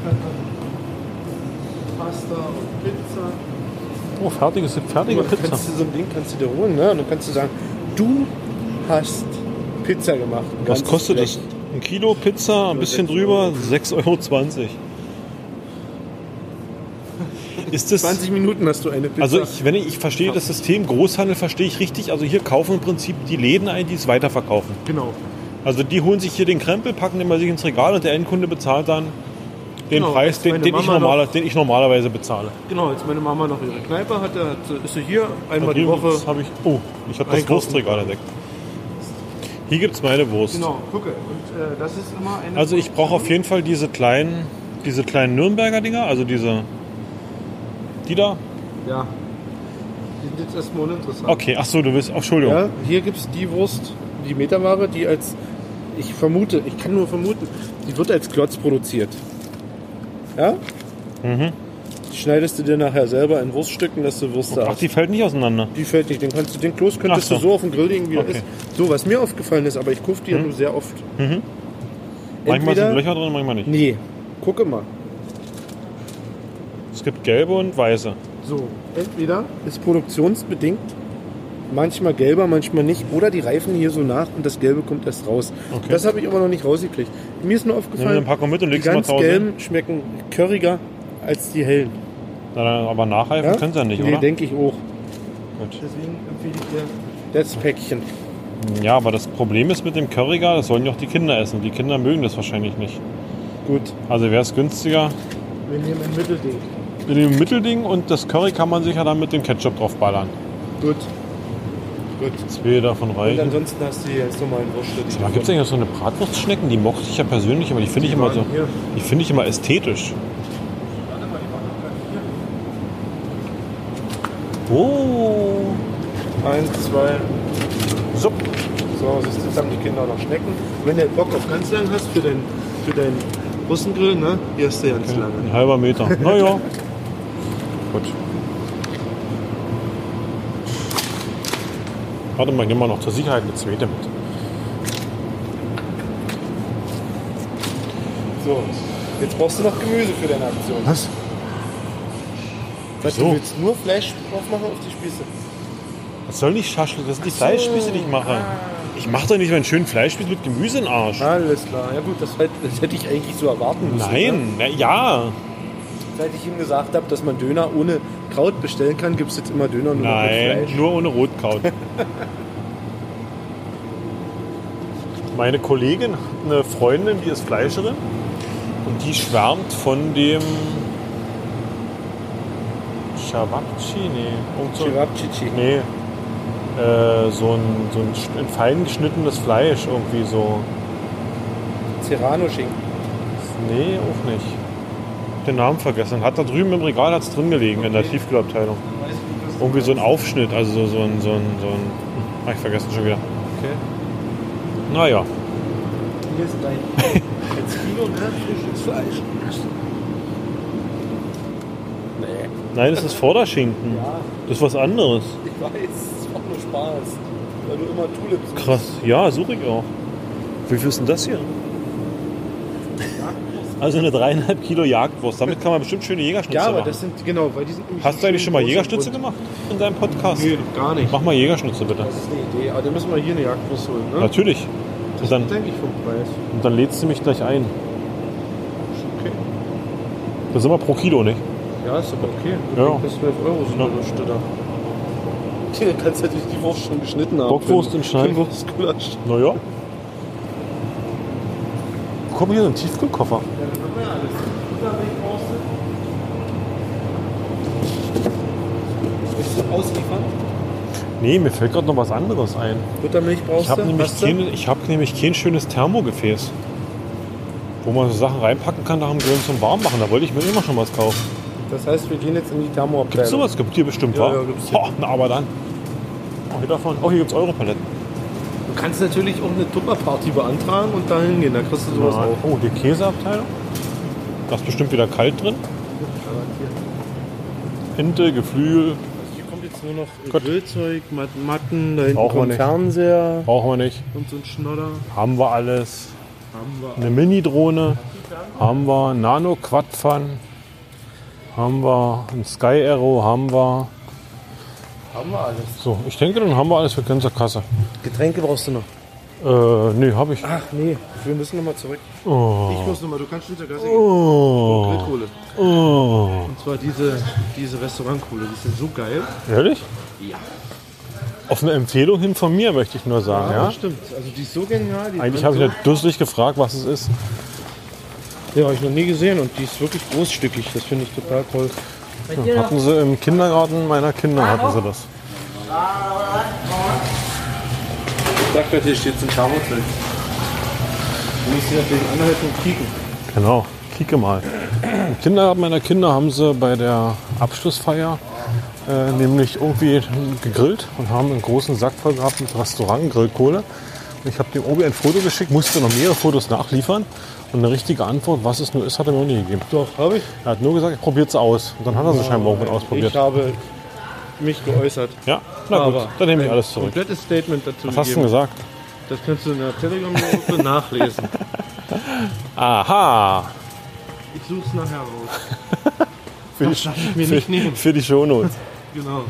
C: Pasta und Pizza.
D: Oh, fertiges, fertige
C: Irgendwann
D: Pizza.
C: kannst du so ein Ding kannst du dir holen, ne? Und dann kannst du sagen, du hast Pizza gemacht.
D: Was
C: Ganz
D: kostet das?
C: schlecht.
D: Ein Kilo Pizza, ein bisschen drüber, 6,20 Euro. Ist das,
C: 20 Minuten hast du eine Pizza.
D: Also ich, wenn ich, ich verstehe das System Großhandel verstehe ich richtig. Also hier kaufen im Prinzip die Läden ein, die es weiterverkaufen.
C: genau.
D: Also die holen sich hier den Krempel, packen den bei sich ins Regal und der Endkunde bezahlt dann den
C: Genau,
D: Preis, den,
C: meine
D: den, ich
C: Mama
D: normaler, den ich normalerweise bezahle.
C: Genau, als meine Mama noch ihre Kneipe hatte, hat sie- ist sie hier einmal die
D: Hier
C: Woche.
D: gibt's- hab ich, oh, ich habe das
C: Einkaufen.
D: Wurstregal entdeckt. Hier gibt es meine Wurst.
C: Genau, gucke. Und äh, das ist immer eine.
D: Also ich brauche auf jeden Fall diese kleinen, diese kleinen Nürnberger Dinger, also diese, die da.
C: Ja. Die sind jetzt erstmal uninteressant.
D: Okay, ach so, du willst, ach, Entschuldigung.
C: Ja, hier gibt es die Wurst, die Meterware, die als, ich vermute, ich kann nur vermuten, die wird als Klotz produziert. Ja?
D: Mhm.
C: Die schneidest du dir nachher selber in Wurststücken, dass du Würste
D: Ach,
C: hast.
D: die fällt nicht auseinander.
C: Die fällt nicht, den kannst du den Kloß könntest
D: Ach so.
C: du so auf den Grill legen, wie
D: Okay. Mhm.
C: er ist. So, was mir aufgefallen ist, aber ich kaufe die ja nur sehr oft.
D: Manchmal
C: Entweder-
D: sind Löcher drin, manchmal nicht.
C: Nee, gucke mal.
D: Es gibt gelbe und weiße.
C: So, entweder ist produktionsbedingt manchmal gelber, manchmal nicht, oder die reifen hier so nach und das Gelbe kommt erst raus.
D: Okay.
C: Das habe ich aber noch nicht rausgekriegt. Mir ist nur
D: Nimm mir
C: aufgefallen,
D: eine Packung mit und
C: die
D: legst sie mal
C: ganz
D: zu Hause hin.
C: gelben schmecken curriger als die hellen.
D: Na, dann aber nachreifen können sie ja nicht,
C: nee,
D: oder?
C: denke ich auch.
D: Gut.
C: Deswegen empfehle ich dir das Päckchen.
D: Ja, aber das Problem ist mit dem Currygal, das sollen ja auch die Kinder essen. Die Kinder mögen das wahrscheinlich nicht.
C: Gut,
D: Also wäre es günstiger
C: wir nehmen ein Mittelding.
D: mit dem Mittelding und das Curry kann man sich ja dann mit dem Ketchup draufballern.
C: Gut. Gut.
D: Zwei davon
C: Und
D: reichen.
C: ansonsten hast du die ganz normalen Wurststücke.
D: Sag mal, gibt es eigentlich noch so eine Bratwurstschnecken? Die mochte ich ja persönlich, aber die finde ich immer so.
E: waren hier.
D: Die finde ich immer ästhetisch. Oh.
C: Eins, zwei.
D: So.
C: So, siehst du, jetzt haben die Kinder noch Schnecken.
E: Wenn du Bock auf ganz lang hast für deinen für deinen Russengrill, ne? Hier ist der ganz lange.
D: Ein halber Meter. Naja. Gut. Warte mal, ich nehme mal noch zur Sicherheit eine zweite mit.
C: So. Jetzt brauchst du noch Gemüse für deine Aktion.
D: Was?
C: Was,
D: So.
C: Du willst nur Fleisch aufmachen auf die Spieße.
D: Das soll nicht Schaschlik, das sind die Fleischspieße, die ich mache. Ich mache doch nicht meinen schönen Fleischspieß mit Gemüse in den Arsch.
C: Alles klar. Ja gut, das, hätte- das hätte ich eigentlich so erwarten müssen. Ne?
D: Nein, na, ja.
C: Seit ich ihm gesagt habe, dass man Döner ohne Kraut bestellen kann, gibt es jetzt immer Döner nur noch mit
D: Nein,
C: Fleisch.
D: nur ohne Rotkraut. Meine Kollegin hat eine Freundin, die ist Fleischerin und die schwärmt von dem Shabakchi, nee, irgend so-
C: Chirapchichi.
D: nee, äh, so ein, so ein sch- in fein geschnittenes Fleisch irgendwie so.
C: Serrano-Schinken.
D: Nee, auch nicht. Hab Den Namen vergessen. Hat da drüben im Regal hat's drin gelegen in der Tiefkühlabteilung. Irgendwie so ein Aufschnitt, also so, so ein, so ein, so ein. Hm, Hab ich vergessen schon wieder.
C: Okay.
D: Naja.
E: Hier ist
D: [laughs]
E: dein jetzt Kilo, ne? Frisches Fleisch.
D: Nein, das ist Vorderschinken. Das ist was anderes.
C: Ich weiß, es macht nur Spaß. Weil du immer Tulips
D: Krass. Ja, suche ich auch. Wie viel ist denn das hier? Also eine dreieinhalb Kilo Jagdwurst. Damit kann man bestimmt schöne Jägerschnitze
E: Ja, aber
D: machen.
E: das sind genau, weil die sind nämlich
D: Hast du eigentlich schon
E: schön
D: mal
E: groß und
D: Jägerschnitze
E: bunt.
D: gemacht in deinem Podcast?
E: Nee, gar nicht.
D: Mach mal Jägerschnitze bitte.
E: Das ist eine Idee, aber dann müssen wir hier eine Jagdwurst holen, ne?
D: Natürlich. Und dann,
E: Das denke ich vom Preis.
D: und dann lädst du mich gleich ein.
E: Okay.
D: Das ist immer pro Kilo, nicht?
E: Ja, ist aber okay.
D: Ja. Genau.
E: Das 12 Euro sind
D: Ja.
E: eine Stunde. [laughs] Du kannst natürlich die Wurst schon geschnitten haben.
D: Bockwurst
E: für-
D: in Schneid.
E: für Wurstgulasch.
D: Naja. Guck mal, hier so ein Tiefkühlkoffer.
E: Willst du ausliefern?
D: Nee, mir fällt gerade noch was anderes ein.
E: Buttermilch brauchst
D: Ich habe
E: du?
D: nämlich,
E: Hast du?
D: kein- ich hab nämlich kein schönes Thermogefäß, wo man so Sachen reinpacken kann, nach dem Grillen zum Warmmachen. Da wollte ich mir immer schon was kaufen.
E: Das heißt, wir gehen jetzt in die
D: Gibt es
E: Thermoabteilung.
D: sowas? Gibt hier bestimmt,
E: ne? Ja,
D: wa?
E: ja, gibt's hier.
D: Boah, na aber dann. Oh, hier davon. Oh, hier gibt es Europaletten.
E: Du kannst natürlich auch eine Tupperparty beantragen und da hingehen. Da kriegst du sowas
D: Na,
E: auch.
D: Oh, die Käseabteilung. Da ist bestimmt wieder kalt drin. Ente, Geflügel,
E: Hier kommt jetzt nur noch
D: Gut.
E: Grillzeug, Mat- Matten, da hinten
D: Brauchen wir
E: kommt
D: nicht.
E: Fernseher
D: brauchen wir nicht.
E: und so ein Schnodder.
D: Haben wir alles.
E: Haben wir.
D: Eine Mini-Drohne haben wir, nano quadfan haben wir, ein Sky Arrow haben wir.
E: Haben wir alles.
D: So, ich denke, dann haben wir alles für ganze Kasse.
C: Getränke brauchst du noch.
D: Äh, nee, habe ich.
C: Ach nee, wir müssen nochmal zurück.
E: Ich muss nochmal, du kannst hinter Gas
D: Oh,
E: Grillkohle.
D: oh.
E: Und zwar diese, diese Restaurantkohle, die ist ja so geil.
D: Ehrlich? Auf eine Empfehlung hin von mir, möchte ich nur sagen, ja?
E: stimmt. Also die ist so genial. Die
D: Eigentlich habe ich ja dusselig gefragt, was es ist.
C: Ja, habe ich noch nie gesehen und die ist wirklich großstückig. Das finde ich total toll.
D: Hatten sie im Kindergarten meiner Kinder, hatten sie das.
E: Sag gleich, hier steht zum Thermozelt. Du musst dich natürlich anhalten und kicken.
D: Genau, kicke mal. Im Kindergarten meiner Kinder haben sie bei der Abschlussfeier äh, nämlich irgendwie gegrillt und haben einen großen Sack voll gehabt mit Restaurant-Grillkohle. Und Ich habe dem Obi ein Foto geschickt, musste noch mehrere Fotos nachliefern. Und eine richtige Antwort, was es nur ist, hat er mir auch nie gegeben.
C: Doch, habe ich.
D: Er hat nur gesagt, probiert's aus. Und dann hat er sie scheinbar irgendwann
C: Ich
D: ausprobiert.
C: habe mich geäußert.
D: Ja, na gut,
C: Aber
D: dann nehme ich
C: ein
D: alles zurück.
E: Komplettes Statement dazu
D: Was hast du denn gesagt?
E: Das kannst du in der
D: [laughs]
E: Telegram-Gruppe nachlesen.
D: Aha,
E: Ich such's nachher raus.
D: für die,
E: Darf ich mir nicht nehmen.
D: für die Shownotes.
E: Genau.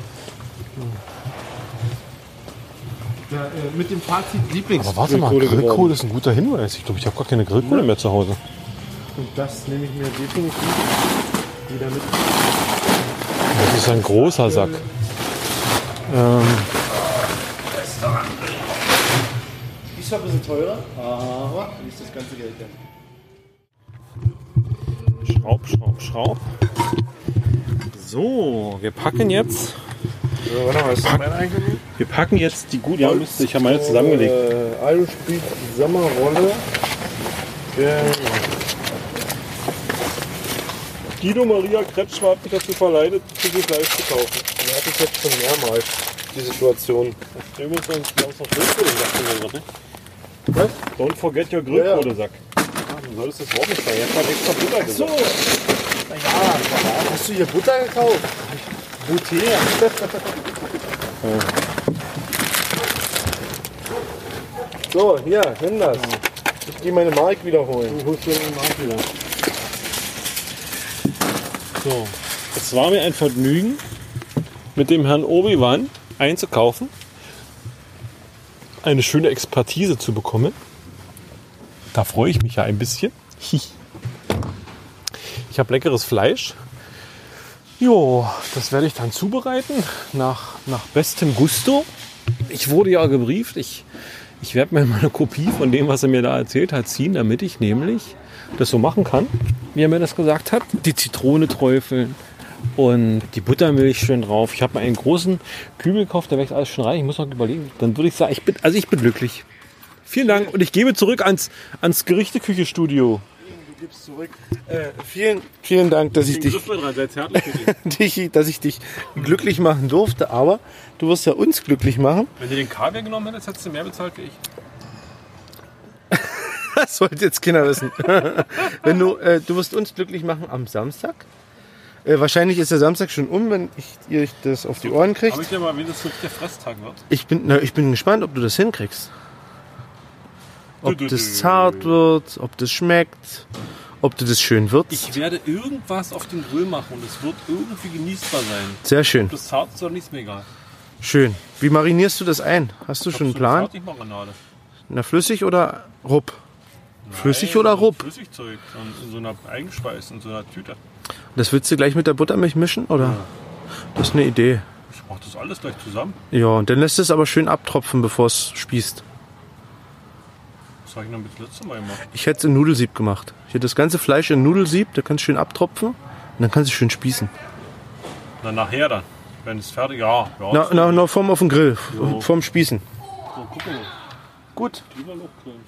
E: Ja, äh, mit dem Fazit Lieblings.
D: Aber warte mal,
C: Grillkohle
D: Grillkohle
C: geworden.
D: ist ein guter Hinweis. Ich glaube, ich habe gar keine Grillkohle mehr zu Hause.
E: Und das nehme ich mir definitiv wieder mit.
D: Das ist ein großer Sack.
E: Die ist zwar ein bisschen teurer, aber fließt das ganze Geld denn.
D: Schraub, schraub, schraub. So, wir packen jetzt
E: So, warte mal, ist das mein eigentlich?
D: Wir packen jetzt die gut. Ja, müsste ich habe meine zusammengelegt.
E: Äh, Irish Beef Sommerrolle. Genau.
D: Guido Maria Kretschmer hat mich dazu verleitet, zu viel Fleisch zu kaufen.
E: Die hatte ich jetzt schon mehrmals, die Situation.
D: Übrigens, wir haben noch Grillkohle gesagt, oder? ne?
E: Was?
D: Don't forget your
E: Ja, ja.
D: Grillkohlesack. Du solltest das Wort nicht vergessen, hat extra Butter gesagt. So.
E: Hast du hier Butter gekauft?
D: Butter.
E: [laughs] So, hier, nimm das. Ich gehe meine Mark wiederholen.
D: Du holst dir den Markt wieder. So, es war mir ein Vergnügen, mit dem Herrn Obi-Wan einzukaufen, eine schöne Expertise zu bekommen. Da freue ich mich ja ein bisschen. Ich habe leckeres Fleisch. Jo, das werde ich dann zubereiten nach, nach bestem Gusto. Ich wurde ja gebrieft, ich ich werde mir [laughs] mal eine Kopie von dem, was er mir da erzählt hat, ziehen, damit ich nämlich das so machen kann, wie er mir das gesagt hat. Die Zitrone träufeln und die Buttermilch schön drauf. Ich habe mir einen großen Kübel gekauft, der wächst alles schön rein. Ich muss noch überlegen. Dann würde ich sagen, ich bin, also ich bin glücklich. Vielen Dank und ich gebe zurück ans, ans Gerichteküche-Studio.
E: gibst zurück. Äh, vielen, vielen Dank, dass ich, dich, dich, [laughs] dass ich dich glücklich machen durfte. Aber du wirst ja uns glücklich machen.
D: [laughs]
E: [laughs]
D: Wenn du den Kaviar genommen hättest, hättest du mehr bezahlt wie ich.
E: Das sollte jetzt Kinder wissen. [laughs] wenn du, äh, du wirst uns glücklich machen am Samstag. Äh, wahrscheinlich ist der Samstag schon um, wenn ich, ihr das auf die Ohren kriegt.
D: dir mal, wie das wirklich der Fresstag wird?
E: Ich bin, na, ich bin gespannt, ob du das hinkriegst.
D: Du,
E: Ob
D: du,
E: das
D: du.
E: zart wird, ob das schmeckt, ob du das schön
D: Ich
E: würzt.
D: werde irgendwas auf dem Grill machen und es wird irgendwie genießbar sein.
E: Sehr schön.
D: Ob das zart ist oder nicht, ist mir egal.
E: Schön. Wie marinierst du das ein? Hast du schon einen Plan?
D: Fertigmarinade.
E: Na, flüssig oder rupp? Flüssig oder
D: Nein,
E: rupp?
D: Flüssigzeug. Und in so einer Eingespeist, in so einer Tüte.
E: Das willst du gleich mit der Buttermilch mischen, oder? Das ist eine Idee.
D: Ich mach das alles gleich zusammen.
E: Ja, und dann lässt es aber schön abtropfen, bevor es spießt.
D: Das habe ich nämlich das letzte Mal gemacht.
E: Ich hätte es in Nudelsieb gemacht. Ich hätte das ganze Fleisch in Nudelsieb, da kannst du schön abtropfen und dann kannst du schön spießen.
D: Na, nachher dann. Wenn es fertig ja. ja
E: Na, na, na, vorm auf den Grill, vorm Spießen.
D: So, gucken wir.
E: Gut,
D: Drüber noch grillen.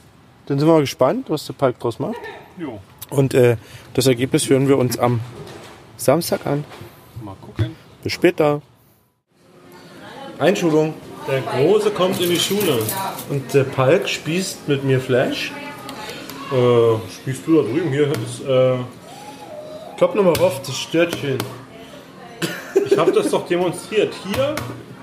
E: dann sind wir mal gespannt, was der Palk draus macht.
D: Jo.
E: Und äh, das Ergebnis hören wir uns am Samstag an.
D: Mal gucken.
E: Bis später. Einschulung.
D: Der Große kommt in die Schule.
E: Und der Palk spießt mit mir Fleisch.
D: Äh, spielst du da drüben? Hier ist, äh,
E: Klopp nochmal auf, das stört schön.
D: ich habe das doch demonstriert. Hier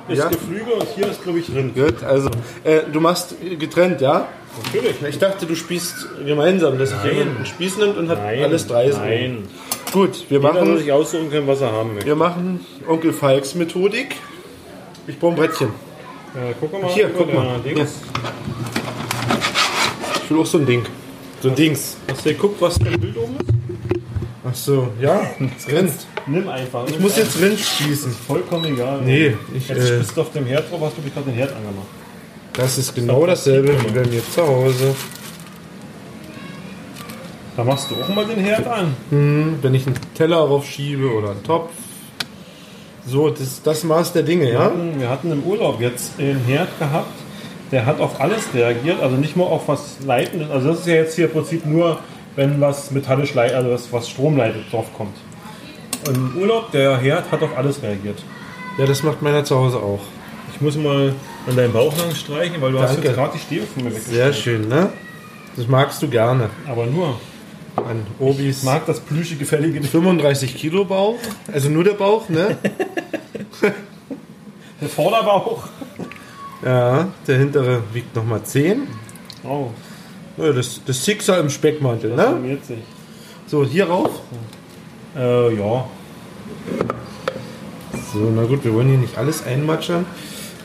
D: ist
E: Ja.
D: Geflügel und hier ist, glaube ich, Rind.
E: Gut, also äh, du machst getrennt, ja?
D: Natürlich.
E: Ich dachte, du spießt gemeinsam, dass ich jemand einen Spieß nimmt und hat alles drei. so.
D: Nein.
E: Gut, wir
D: Jeder soll
E: machen,
D: sich aussuchen können, was er haben möchte.
E: wir machen Onkel Falks Methodik. Ich brauche ein Brettchen.
D: Äh, guck mal.
E: Hier,
D: über
E: guck
D: der
E: mal.
D: Dings.
E: Ich will auch so ein Ding. So ein Dings.
D: Hast du geguckt, was im Bild oben ist?
E: Ach so, ja, [laughs] es rennt.
D: Nimm einfach. ne?
E: Ich muss jetzt Rind spießen.
D: Vollkommen egal.
E: Nee, ich,
D: Jetzt
E: äh,
D: bist du auf dem Herd drauf, hast du dich gerade den Herd angemacht.
E: Das ist genau dasselbe wie bei mir zu Hause.
D: Da machst du auch mal den Herd an.
E: Wenn ich einen Teller raufschiebe oder einen Topf. So, das, das Maß der Dinge,
D: Wir
E: ja?
D: hatten, wir hatten im Urlaub jetzt den Herd gehabt. Der hat auf alles reagiert, also nicht nur auf was Leitendes. Also das ist ja jetzt hier im Prinzip nur, wenn was metallisch leitet, also was, was Strom leitet, drauf kommt. Im Urlaub, der Herd hat auf alles reagiert.
E: Ja, das macht meiner zu Hause auch.
D: Ich muss mal an deinem Bauch lang streichen, weil du hast
E: Danke.
D: jetzt gerade die Stäbe von mir weggeschmissen.
E: Sehr schön, ne? Das magst du gerne.
D: Aber nur.
E: An Obis
D: Ich mag das plüschige, gefällige
E: 35 Kilo Bauch. Also nur der Bauch, ne?
D: Der Vorderbauch.
E: [laughs] ja, der hintere wiegt nochmal 10.
D: Oh,
E: Ja, das, das Sixer im Speckmantel,
D: das
E: ne?
D: summiert sich.
E: So, hier rauf.
D: Äh, ja.
E: So, na gut, wir wollen hier nicht alles einmatschern.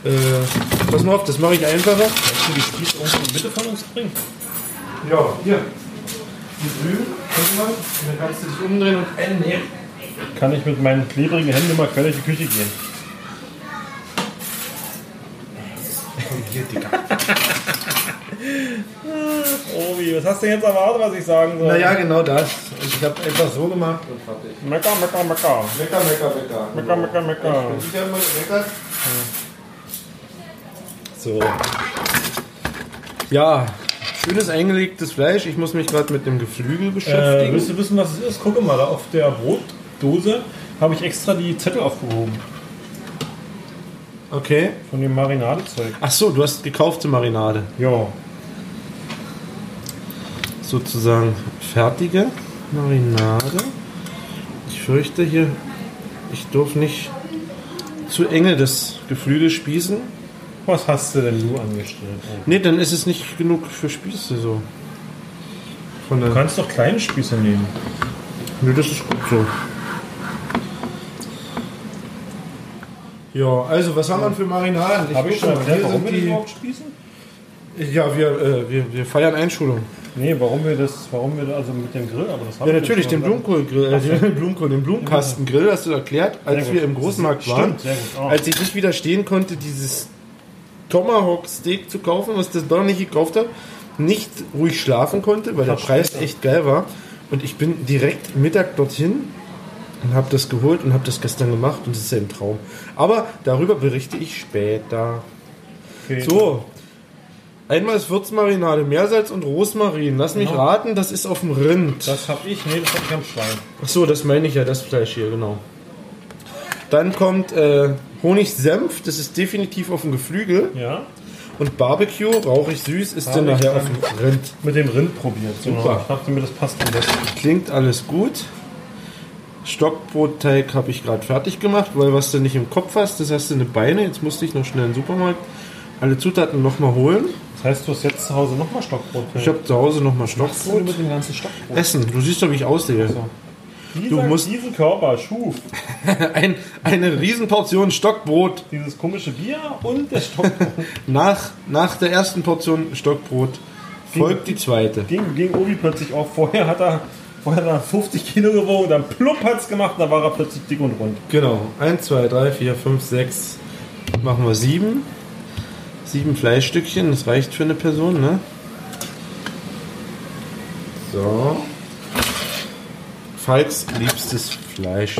E: Äh, pass mal auf, das mache ich einfacher.
D: Kannst du die Spieß irgendwo in die Mitte von uns bringen?
E: Ja, hier. Hier drüben, guck mal. Und Dann kannst du dich umdrehen und einnehmen.
D: Kann ich mit meinen klebrigen Händen mal quer durch die Küche gehen?
E: Komm hier, Digga.
D: Obi, was hast du denn jetzt erwartet, was ich sagen soll?
E: Naja, genau das. Und ich habe einfach so gemacht und fertig.
D: Mecker, mecker, mecker.
E: Mecker, mecker, mecker.
D: Mecker, mecker, mecker.
E: Wenn ich einmal meckert. So. Ja, schönes eingelegtes Fleisch. Ich muss mich gerade mit dem Geflügel
D: Äh,
E: beschäftigen.
D: willst du wissen, was es ist? Gucke mal, da auf der Brotdose habe ich extra die Zettel aufgehoben
E: okay.
D: von dem Marinadezeug.
E: Ach so, du hast gekaufte Marinade.
D: Ja.
E: sozusagen fertige Marinade. Ich fürchte hier, ich durfte nicht zu enge das Geflügel spießen.
D: Was hast du denn du angestellt? Obi?
E: Ne, dann ist es nicht genug für Spieße so. Von
D: Du
E: der
D: kannst doch kleine Spieße nehmen.
E: Nö, das ist gut so. Ja, also was haben wir für Marinaden?
D: Habe ich
E: gucke
D: schon
E: mal,
D: erklärt,
E: hier
D: warum
E: sind
D: wir die überhaupt spießen?
E: die, Ja, wir, äh, wir, wir feiern Einschulung.
D: Nee, warum wir das, warum wir da- also mit dem Grill, aber das haben
E: Ja,
D: wir
E: natürlich,
D: schon
E: den Blumenkohlgrill, äh, [laughs] den Blumenkohl, den Blumenkastengrill hast du erklärt, als
D: Sehr
E: wir
D: gut.
E: im Großmarkt
D: Stimmt,
E: waren.
D: sehr gut. Ah.
E: Als ich nicht widerstehen konnte, dieses Tomahawk-Steak zu kaufen, was ich das doch nicht gekauft habe, nicht ruhig schlafen konnte, weil der Preis echt geil war. Und ich bin direkt Mittag dorthin und habe das geholt und habe das gestern gemacht und es ist ja ein Traum. Aber darüber berichte ich später.
D: Okay.
E: So. Einmal ist Würzmarinade, Meersalz und Rosmarin. Lass mich raten, das ist auf dem Rind.
D: Genau. Das habe ich, nee, das habe ich am Schwein.
E: Ach so, das meine ich ja, das Fleisch hier, genau. Dann kommt äh, Honigsenf, das ist definitiv auf dem Geflügel.
D: Ja?
E: Und Barbecue, rauchig süß, ist dann
D: Barbecue.
E: nachher auf dem Rind.
D: Mit dem Rind probiert.
E: Super.
D: Genau. Ich dachte mir, das passt am besten.
E: Klingt alles gut. Stockbrotteig habe ich gerade fertig gemacht, weil was du nicht im Kopf hast, das hast du in den Beine. Jetzt musste ich noch schnell in den Supermarkt alle Zutaten nochmal holen.
D: Das heißt, du hast jetzt zu Hause nochmal Stockbrot.
E: Ich habe zu Hause nochmal
D: Was wurde
E: Stockbrot.
D: mit dem ganzen Stockbrot?
E: Essen, du siehst doch, wie ich aussehe.
D: Dieser,
E: musst-
D: diesen Körper schuf
E: Ein, eine Riesenportion Stockbrot
D: dieses komische Bier und das Stockbrot.
E: Nach, nach der ersten Portion Stockbrot folgt die zweite.
D: ging, ging Obi plötzlich auf. Vorher hat er, vorher hat er 50 Kilo gewogen, dann plupp hat's gemacht, dann war er plötzlich dick und rund.
E: Genau. 1, 2, 3, 4, 5, 6. Machen wir 7. 7 Fleischstückchen, das reicht für eine Person, ne? So. Falks liebstes Fleisch.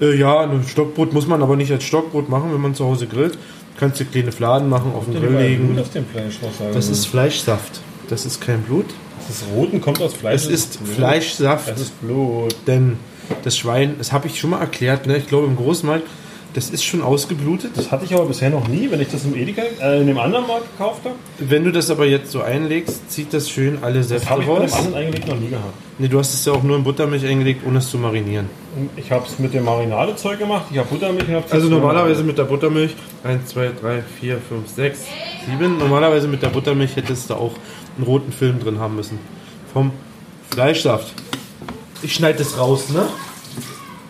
E: Äh, ja, ein Stockbrot muss man aber nicht als Stockbrot machen, wenn man zu Hause grillt. Kannst du kleine Fladen machen, auf den Grill
D: Blut
E: legen.
D: auf dem Fleisch, muss ich sagen.
E: Das ist Fleischsaft. Das ist kein Blut.
D: das Roten kommt aus Fleisch.
E: Es ist
D: Blut.
E: Fleischsaft.
D: Es ist Blut.
E: Denn das Schwein, das habe ich schon mal erklärt, ne? ich glaube im Großmarkt, das ist schon ausgeblutet.
D: Das hatte ich aber bisher noch nie, wenn ich das im Edeka, äh, in dem anderen Markt gekauft habe.
E: Wenn du das aber jetzt so einlegst, zieht das schön alle Säfte
D: Das habe ich bei dem
E: raus.
D: anderen eigentlich noch nie gehabt.
E: Nee, du hast es ja auch nur in Buttermilch eingelegt, ohne es zu marinieren.
D: Und Ich habe es mit dem Marinadezeug gemacht, ich habe Buttermilch und hab
E: Also normalerweise mit der Buttermilch, 1, 2, 3, 4, 5, 6, 7. Normalerweise mit der Buttermilch hättest du auch einen roten Film drin haben müssen. Vom Fleischsaft. Ich schneide das raus, ne?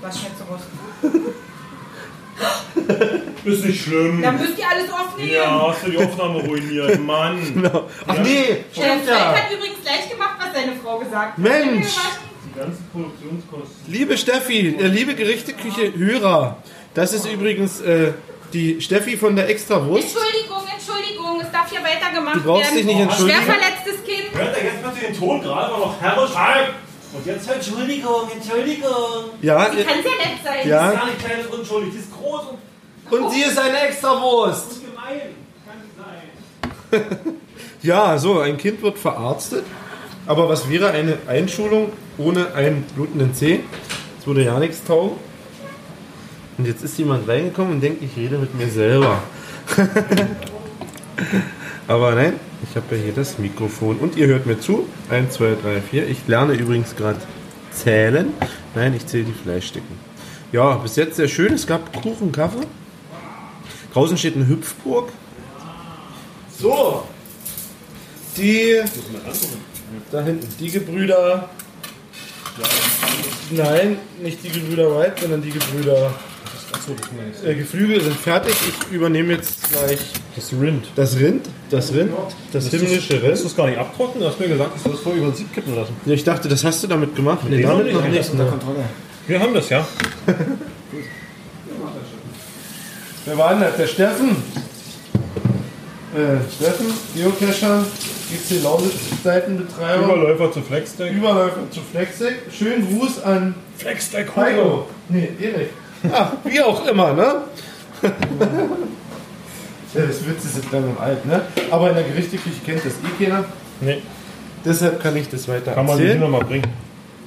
G: Was schmeckt so raus?
D: Ist nicht schlimm.
G: Dann müsst ihr alles aufnehmen.
D: Ja, hast du die Aufnahme [laughs] ruiniert, Mann.
E: [laughs] Ach nee,
G: Der
E: stimmt
G: Frank
E: ja.
G: hat übrigens gleich gemacht, was seine Frau gesagt hat.
E: Mensch!
G: Ich bin überrascht.
D: Die ganze Produktionskosten.
E: Liebe Steffi, äh, liebe Gerichteküche-Hörer, das ist übrigens äh, die Steffi von der Extrawurst.
G: Entschuldigung, Entschuldigung, es darf hier weitergemacht
E: Du brauchst
G: werden.
E: dich nicht entschuldigen.
G: Schwer verletztes Kind.
D: Hört ihr jetzt bitte den Ton gerade mal noch herrisch? Halt! Und jetzt halt
H: Entschuldigung, Entschuldigung.
E: Ja,
G: Sie kann sehr nett sein.
E: ja.
H: Gar nicht klein und unschuldig, die ist groß und
E: Und sie ist eine Extrawurst.
H: gemein. Kann nicht sein.
E: [laughs] Ja, so, ein Kind wird verarztet. Aber was wäre eine Einschulung ohne einen blutenden Zeh? Es würde ja nichts taugen. Und jetzt ist jemand reingekommen und denkt, ich rede mit mir selber. [laughs] Aber nein, ich habe ja hier das Mikrofon. Und ihr hört mir zu. 1, 2, 3, 4. Ich lerne übrigens gerade zählen. Nein, ich zähle die Fleischstücken. Ja, bis jetzt sehr schön. Es gab Kuchen, Kaffee. Draußen steht eine Hüpfburg. So, die. Da hinten. Die Gebrüder. Nein, nicht die Gebrüder White, sondern die Gebrüder. Äh, Geflügel sind fertig. Ich übernehme jetzt gleich
D: Das Rind.
E: das Rind. Das Rind. Das himmlische
D: Hast du
E: Rind.
D: es gar nicht abtrocknen? Du hast mir gesagt, dass du das vorher über den Sieb kippen lassen.
E: Ja, ich dachte, das hast du damit gemacht. Nee, damit
D: nicht.
E: noch nicht. ne?
D: Wir haben das, ja.
E: Wer war denn das? Der Steffen? äh, Treffen, Geocacher, GC Lausitz, Seitenbetreiber,
I: Überläufer zu Flexdeck.
E: Überläufer zu Flexdeck. Schönen Gruß an
I: Flexdeck
E: Heiko. Nee, Erik. Ach, wie auch immer, [laughs] ne? ja, das Witze sind dann im Alt, ne? Aber in der Gerichteküche kennt das eh keiner.
I: Nee,
E: Deshalb kann ich das weiter
I: kann man den
E: erzählen.
I: nochmal bringen.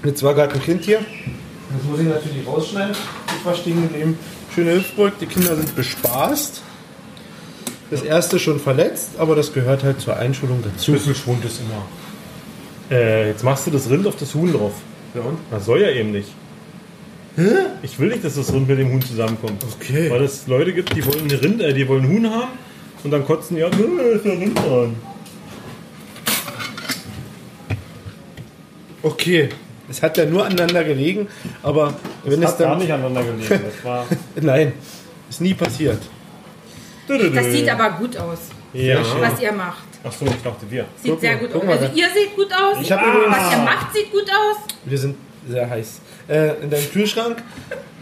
E: Jetzt war gerade ein Kind hier. Das muss ich natürlich rausschneiden. Ich verstehe neben schöne Hüpfburg. Die Kinder sind bespaßt. Das erste schon verletzt, aber das gehört halt zur Einschulung dazu.
I: Bisschen Schwund ist immer. Äh, jetzt machst du das Rind auf das Huhn drauf.
E: Ja, und?
I: Das soll ja eben nicht. Hä? Ich will nicht, dass das Rind mit dem Huhn zusammenkommt.
E: Okay.
I: Weil es Leute gibt, die wollen Rind, äh, die wollen Huhn haben und dann kotzen die ab, "Äh, ist ja Rind dran.
E: Okay. Es hat ja nur aneinander gelegen, aber wenn
I: Das
E: es
I: hat gar
E: dann.
I: nicht aneinander gelegen. Das war.
E: Nein, ist nie passiert.
G: Das sieht aber gut aus,
I: ja.
G: was ihr macht.
I: Achso, ich dachte wir.
G: Sieht
E: Guck
G: sehr
E: mal,
G: gut
E: guck
G: aus.
E: mal,
G: Also
E: da-
G: ihr seht gut aus.
E: Ich hab übrigens-
G: was ihr macht, sieht gut aus.
E: Wir sind sehr heiß. Äh, in deinem Kühlschrank,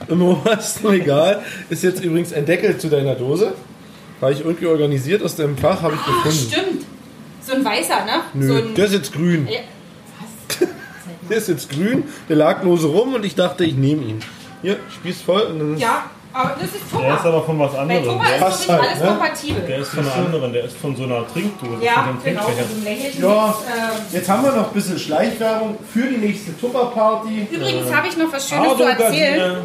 E: im obersten [laughs] Regal, ist jetzt übrigens ein Deckel zu deiner Dose. War ich irgendwie organisiert aus deinem Fach, habe ich
G: Ach,
E: gefunden.
G: stimmt. So ein weißer, ne? so
E: Nö,
G: ein,
E: der ist jetzt grün.
G: Ja.
E: [laughs] Der ist jetzt grün, der lag lose rum und ich dachte, ich nehme ihn. Hier, spieß voll und dann
J: Ja, aber das ist
I: Der ist
J: Tupper.
I: aber von was
J: Bei
I: anderem.
J: Tupper ist
E: Passt
J: wirklich
E: halt,
J: alles
E: ne?
J: kompatibel.
I: Der ist von einer anderen, der ist von so einer Trinkdose, von so
J: Ja,
I: einem
J: genau.
I: Trinkbecher.
J: so ein lächelnden
E: Ja.
J: Witz, ähm,
E: Jetzt haben wir noch ein bisschen Schleichwerbung für die nächste Tupper-Party.
G: Übrigens habe ich noch was Schönes zu
E: ne?
G: erzählen.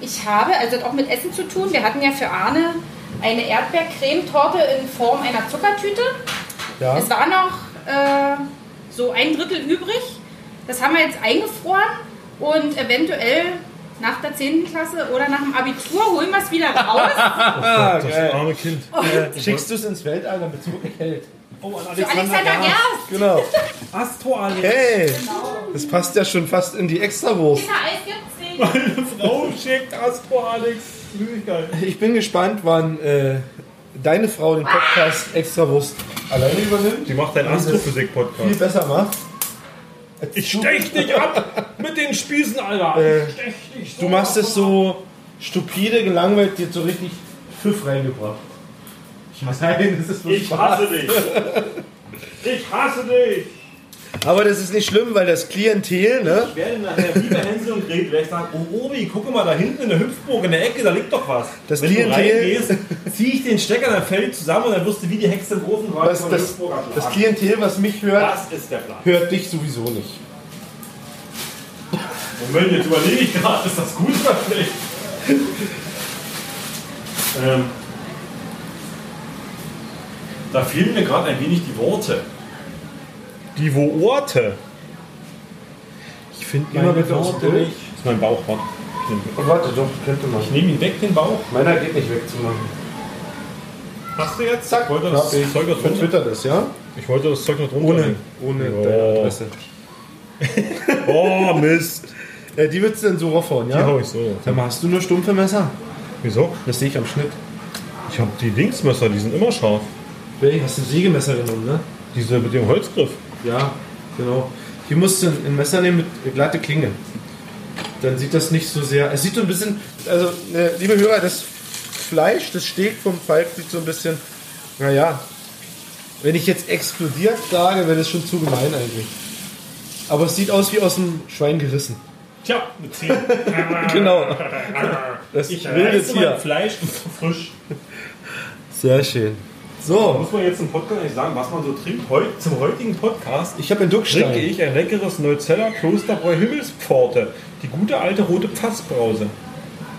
G: Ich habe, also hat auch mit Essen zu tun, wir hatten ja für Arne eine Erdbeercremetorte in Form einer Zuckertüte.
E: Ja.
G: Es war noch äh, so ein Drittel übrig. Das haben wir jetzt eingefroren und eventuell nach der 10. Klasse oder nach dem Abitur holen wir es wieder raus.
E: Ah,
I: Das arme Kind.
J: Oh.
E: Schickst du es ins Weltall, damit es wirklich hält.
I: Oh, an
G: Für Alexander Gerst. Genau.
E: Genau.
I: Astro Alex.
E: Hey, das passt ja schon fast in die Extrawurst.
J: Kinder, Eis gibt's nicht.
I: Meine Frau schickt Astro Alex. Süßigkeiten.
E: Ich bin gespannt, wann äh, deine Frau den Podcast Extrawurst alleine übernimmt.
I: Die macht einen
E: Viel
I: Astrophysik-Podcast.
E: besser macht.
I: Ich stech dich ab mit den Spießen, Alter. Ich stech dich so
E: Äh, Du machst
I: ab.
E: es so stupide, gelangweilt, dir so richtig Pfiff reingebracht. Ich hasse, Nein, das ist so
I: Ich hasse dich. Ich hasse dich.
E: Aber das ist nicht schlimm, weil das Klientel, ne?
I: Ich werde nachher wie bei Hänsel und Gretel werde ich sagen, oh Obi, guck mal da hinten in der Hüpfburg in der Ecke, da liegt doch was.
E: Das
I: Wenn du
E: Klientel-
I: reingehst, zieh ich den Stecker, dann fällt die zusammen und dann wirst du wie die Hexe im Ofen gerade
E: Das,
I: von der
E: das,
I: Hüpfburg abschlagen.
E: das Klientel, was mich hört,
I: Das ist der Plan.
E: hört dich sowieso nicht.
I: Moment, jetzt überlege ich gerade, ist das gut oder
E: [laughs]
I: schlecht? ähm, da fehlen mir gerade ein wenig die Worte. Die Worte?
E: Ich finde
I: Immer bitte aus dem Bild. Das ist mein Bauch, warte. Ich nehme-
E: Oh, Warte, doch, könnte man.
I: Ich nehme ihn weg, den Bauch.
E: Meiner geht nicht wegzumachen.
I: Hast du jetzt? Zack, wollte das
E: Knapp, ich
I: Zeug noch drunter.
E: vertwitter das, ja?
I: Ich wollte das Zeug noch drunter.
E: Ohne,
I: nehmen.
E: ohne
I: Ja.
E: deine Adresse.
I: Oh, Mist.
E: Äh, die willst du denn so raufhauen,
I: Die hau
E: ja?
I: ich so.
E: Dann hast du nur stumpfe Messer.
I: Wieso?
E: Das sehe ich am Schnitt.
I: Ich habe die Dingsmesser, die sind immer scharf.
E: Hey, hast du Sägemesser genommen, ne?
I: Diese mit dem Holzgriff.
E: Ja, genau. Hier musst du ein ein Messer nehmen mit glatte Klinge. Dann sieht das nicht so sehr. Es sieht so ein bisschen. Also, äh, liebe Hörer, das Fleisch, das Steg vom Pfeil sieht so ein bisschen. Naja. Wenn ich jetzt explodiert sage, wäre das schon zu gemein eigentlich. Aber es sieht aus wie aus dem Schwein gerissen.
I: Tja, mit 10.
E: Genau. Das
I: Ich
E: wilde
I: reiße Äh, mein
E: Tier.
I: Fleisch frisch.
E: Sehr schön. So,
I: Muss man jetzt im Podcast nicht sagen, was man so trinkt? Heu zum heutigen Podcast
E: ich habe einen Duckstein.
I: trinke ich ein leckeres Neuzeller Klosterbräu Himmelspforte. Die gute alte rote Pfassbrause.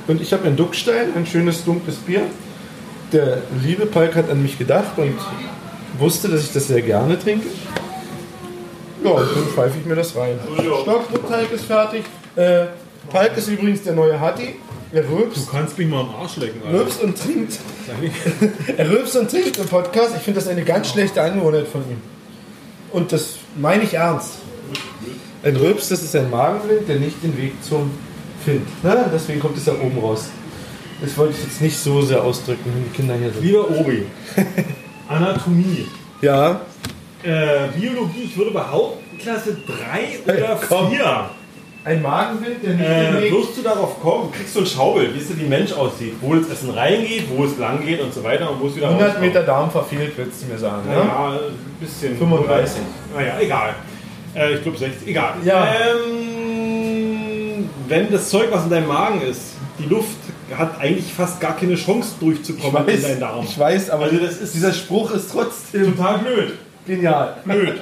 E: Und ich habe einen Duckstein, ein schönes dunkles Bier. Der liebe Palk hat an mich gedacht und wusste, dass ich das sehr gerne trinke. Ja, und dann pfeife ich mir das rein. Stockbrotteig ist fertig. Äh, Palk ist übrigens der neue Hatti. Er rülpst,
I: kannst mich mal am Arsch lecken,
E: rülpst und trinkt. [laughs] er rülpst und trinkt im Podcast. Ich finde das eine ganz schlechte Angewohnheit von ihm. Und das meine ich ernst. Ein Rülps, das ist ein Magenwind, der nicht den Weg zum Find. Ne? Deswegen kommt es da oben raus. Das wollte ich jetzt nicht so sehr ausdrücken, wenn die Kinder hier sind.
I: Lieber Obi, [laughs] Anatomie.
E: Ja,
I: Äh, Biologie, ich würde behaupten, Klasse 3
E: Hey,
I: oder
E: [laughs] komm.
I: 4.
E: Ein Magenbild, der nicht
I: Äh,
E: bewegt.
I: wirst du darauf kommen, kriegst du ein Schaubild, wie es dir wie ein Mensch aussieht, wo das Essen reingeht, wo es lang geht und so weiter und wo es wieder
E: 100
I: rauskommt.
E: Meter Darm verfehlt, willst du mir sagen.
I: Ja,
E: Ne?
I: ein bisschen.
E: 35.
I: Naja, egal. Äh, ich glaube 60. Egal.
E: Ja.
I: Ähm, wenn das Zeug, was in deinem Magen ist, die Luft hat eigentlich fast gar keine Chance durchzukommen in deinen Darm.
E: ich weiß, aber
I: Also das ist-
E: dieser Spruch ist trotzdem
I: Total blöd.
E: genial.
I: Blöd.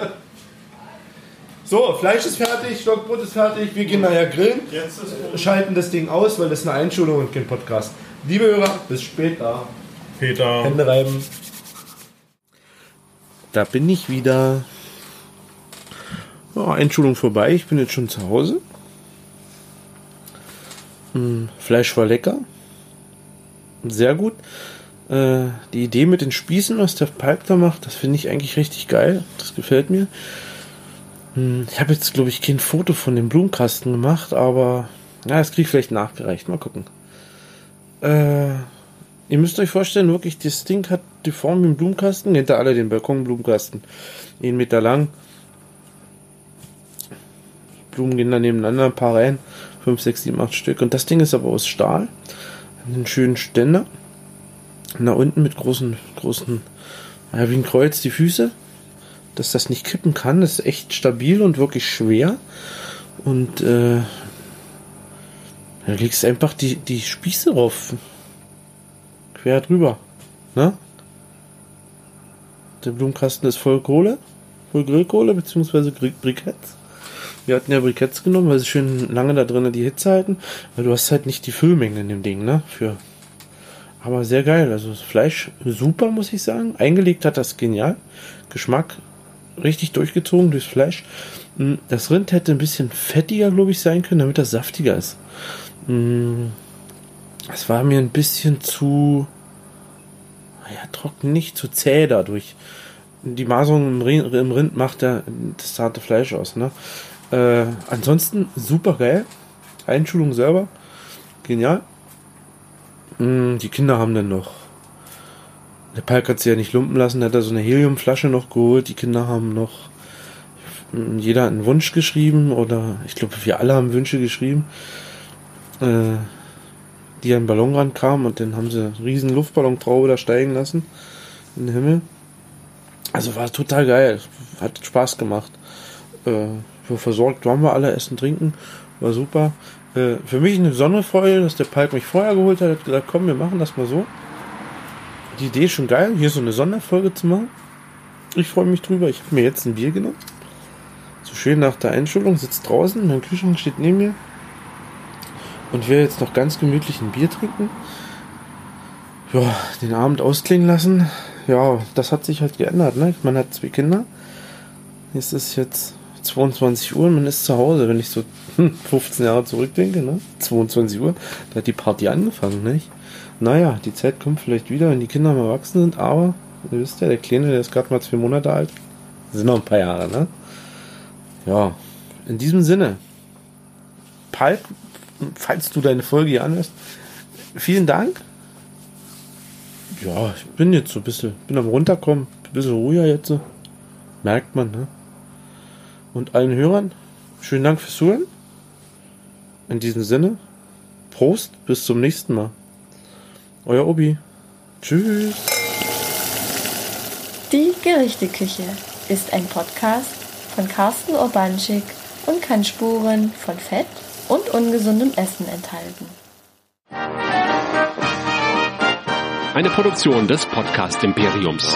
E: So, Fleisch ist fertig, Stockbrot ist fertig, wir gehen nachher grillen,
I: Jetzt ist
E: schalten das Ding aus, weil das ist eine Einschulung und kein Podcast. Liebe Hörer, bis später.
I: Peter.
E: Hände reiben.
D: Da bin ich wieder. Ja, Einschulung vorbei. Ich bin jetzt schon zu Hause. Hm, Fleisch war lecker. Sehr gut. Äh, die Idee mit den Spießen, was der Pipe da macht, das finde ich eigentlich richtig geil. Das gefällt mir. Hm, ich habe jetzt, glaube ich, kein Foto von dem Blumenkasten gemacht, aber ja, das kriege ich vielleicht nachgereicht. Mal gucken. Äh, Ihr müsst euch vorstellen, wirklich, das Ding hat die Form wie ein Blumenkasten, hinter alle den Balkonblumenkasten. Einen Meter lang. Blumen gehen dann nebeneinander, ein paar rein. fünf, sechs, sieben, acht Stück. Und das Ding ist aber aus Stahl. Hat einen schönen Ständer. Na unten mit großen, großen, ja, wie ein Kreuz die Füße. Dass das nicht kippen kann, das ist echt stabil und wirklich schwer. Und äh, da legst einfach die, die Spieße drauf quer drüber. Ne? Der Blumenkasten ist voll Kohle, voll Grillkohle, beziehungsweise Gri- Briketts. Wir hatten ja Briketts genommen, weil sie schön lange da drinnen die Hitze halten. Weil du hast halt nicht die Füllmenge in dem Ding, ne? Für. Aber sehr geil. Also das Fleisch super, muss ich sagen. Eingelegt hat das genial. Geschmack richtig durchgezogen durchs Fleisch. Mm, Das Rind hätte ein bisschen fettiger, glaube ich, sein können, damit das saftiger ist. Es war mir ein bisschen zu. Ja, trocken nicht, zu zäh dadurch. Die Maserung im Rind, im Rind macht ja das zarte Fleisch aus, ne? Äh, ansonsten super geil. Einschulung selber. Genial. Mm, die Kinder haben dann noch. Der Palk hat sie ja nicht lumpen lassen, der hat da so eine Heliumflasche noch geholt. Die Kinder haben noch. mm, Jeder hat einen Wunsch geschrieben oder ich glaube, wir alle haben Wünsche geschrieben. Äh, die an den Ballon rankamen und dann haben sie einen riesen Luftballontraube da steigen lassen in den Himmel. Also war total geil, hat Spaß gemacht. Äh, wir versorgt waren wir alle, essen, trinken, war super. Äh, für mich eine Sonderfreude, dass der Palk mich vorher geholt hat, hat gesagt, komm, wir machen das mal so. Die Idee ist schon geil, hier so eine Sonderfolge zu machen. Ich freue mich drüber, ich habe mir jetzt ein Bier genommen. So schön nach der Einschulung, sitzt draußen, mein Kühlschrank steht neben mir und wir jetzt noch ganz gemütlich ein Bier trinken. Ja, den Abend ausklingen lassen. Ja, das hat sich halt geändert, ne? Man hat zwei Kinder. Es ist jetzt 22 Uhr und man ist zu Hause, wenn ich so [laughs] 15 Jahre zurückdenke, ne? 22 Uhr, da hat die Party angefangen, nicht? Naja, die Zeit kommt vielleicht wieder, wenn die Kinder mal erwachsen sind, aber ihr wisst ja, der Kleine, der ist gerade mal zwei Monate alt. Sind noch ein paar Jahre, ne? Ja, in diesem Sinne. Palp, falls du deine Folge hier anhörst, vielen Dank. Ja, ich bin jetzt so ein bisschen, bin am runterkommen, ein bisschen ruhiger jetzt. so. Merkt man, ne? Und allen Hörern, schönen Dank fürs Zuhören. In diesem Sinne, Prost, bis zum nächsten Mal. Euer Obi. Tschüss.
B: Die Gerichteküche ist ein Podcast von Carsten Urbanschik und kann Spuren von Fett und ungesundem Essen enthalten.
K: Eine Produktion des Podcast Imperiums.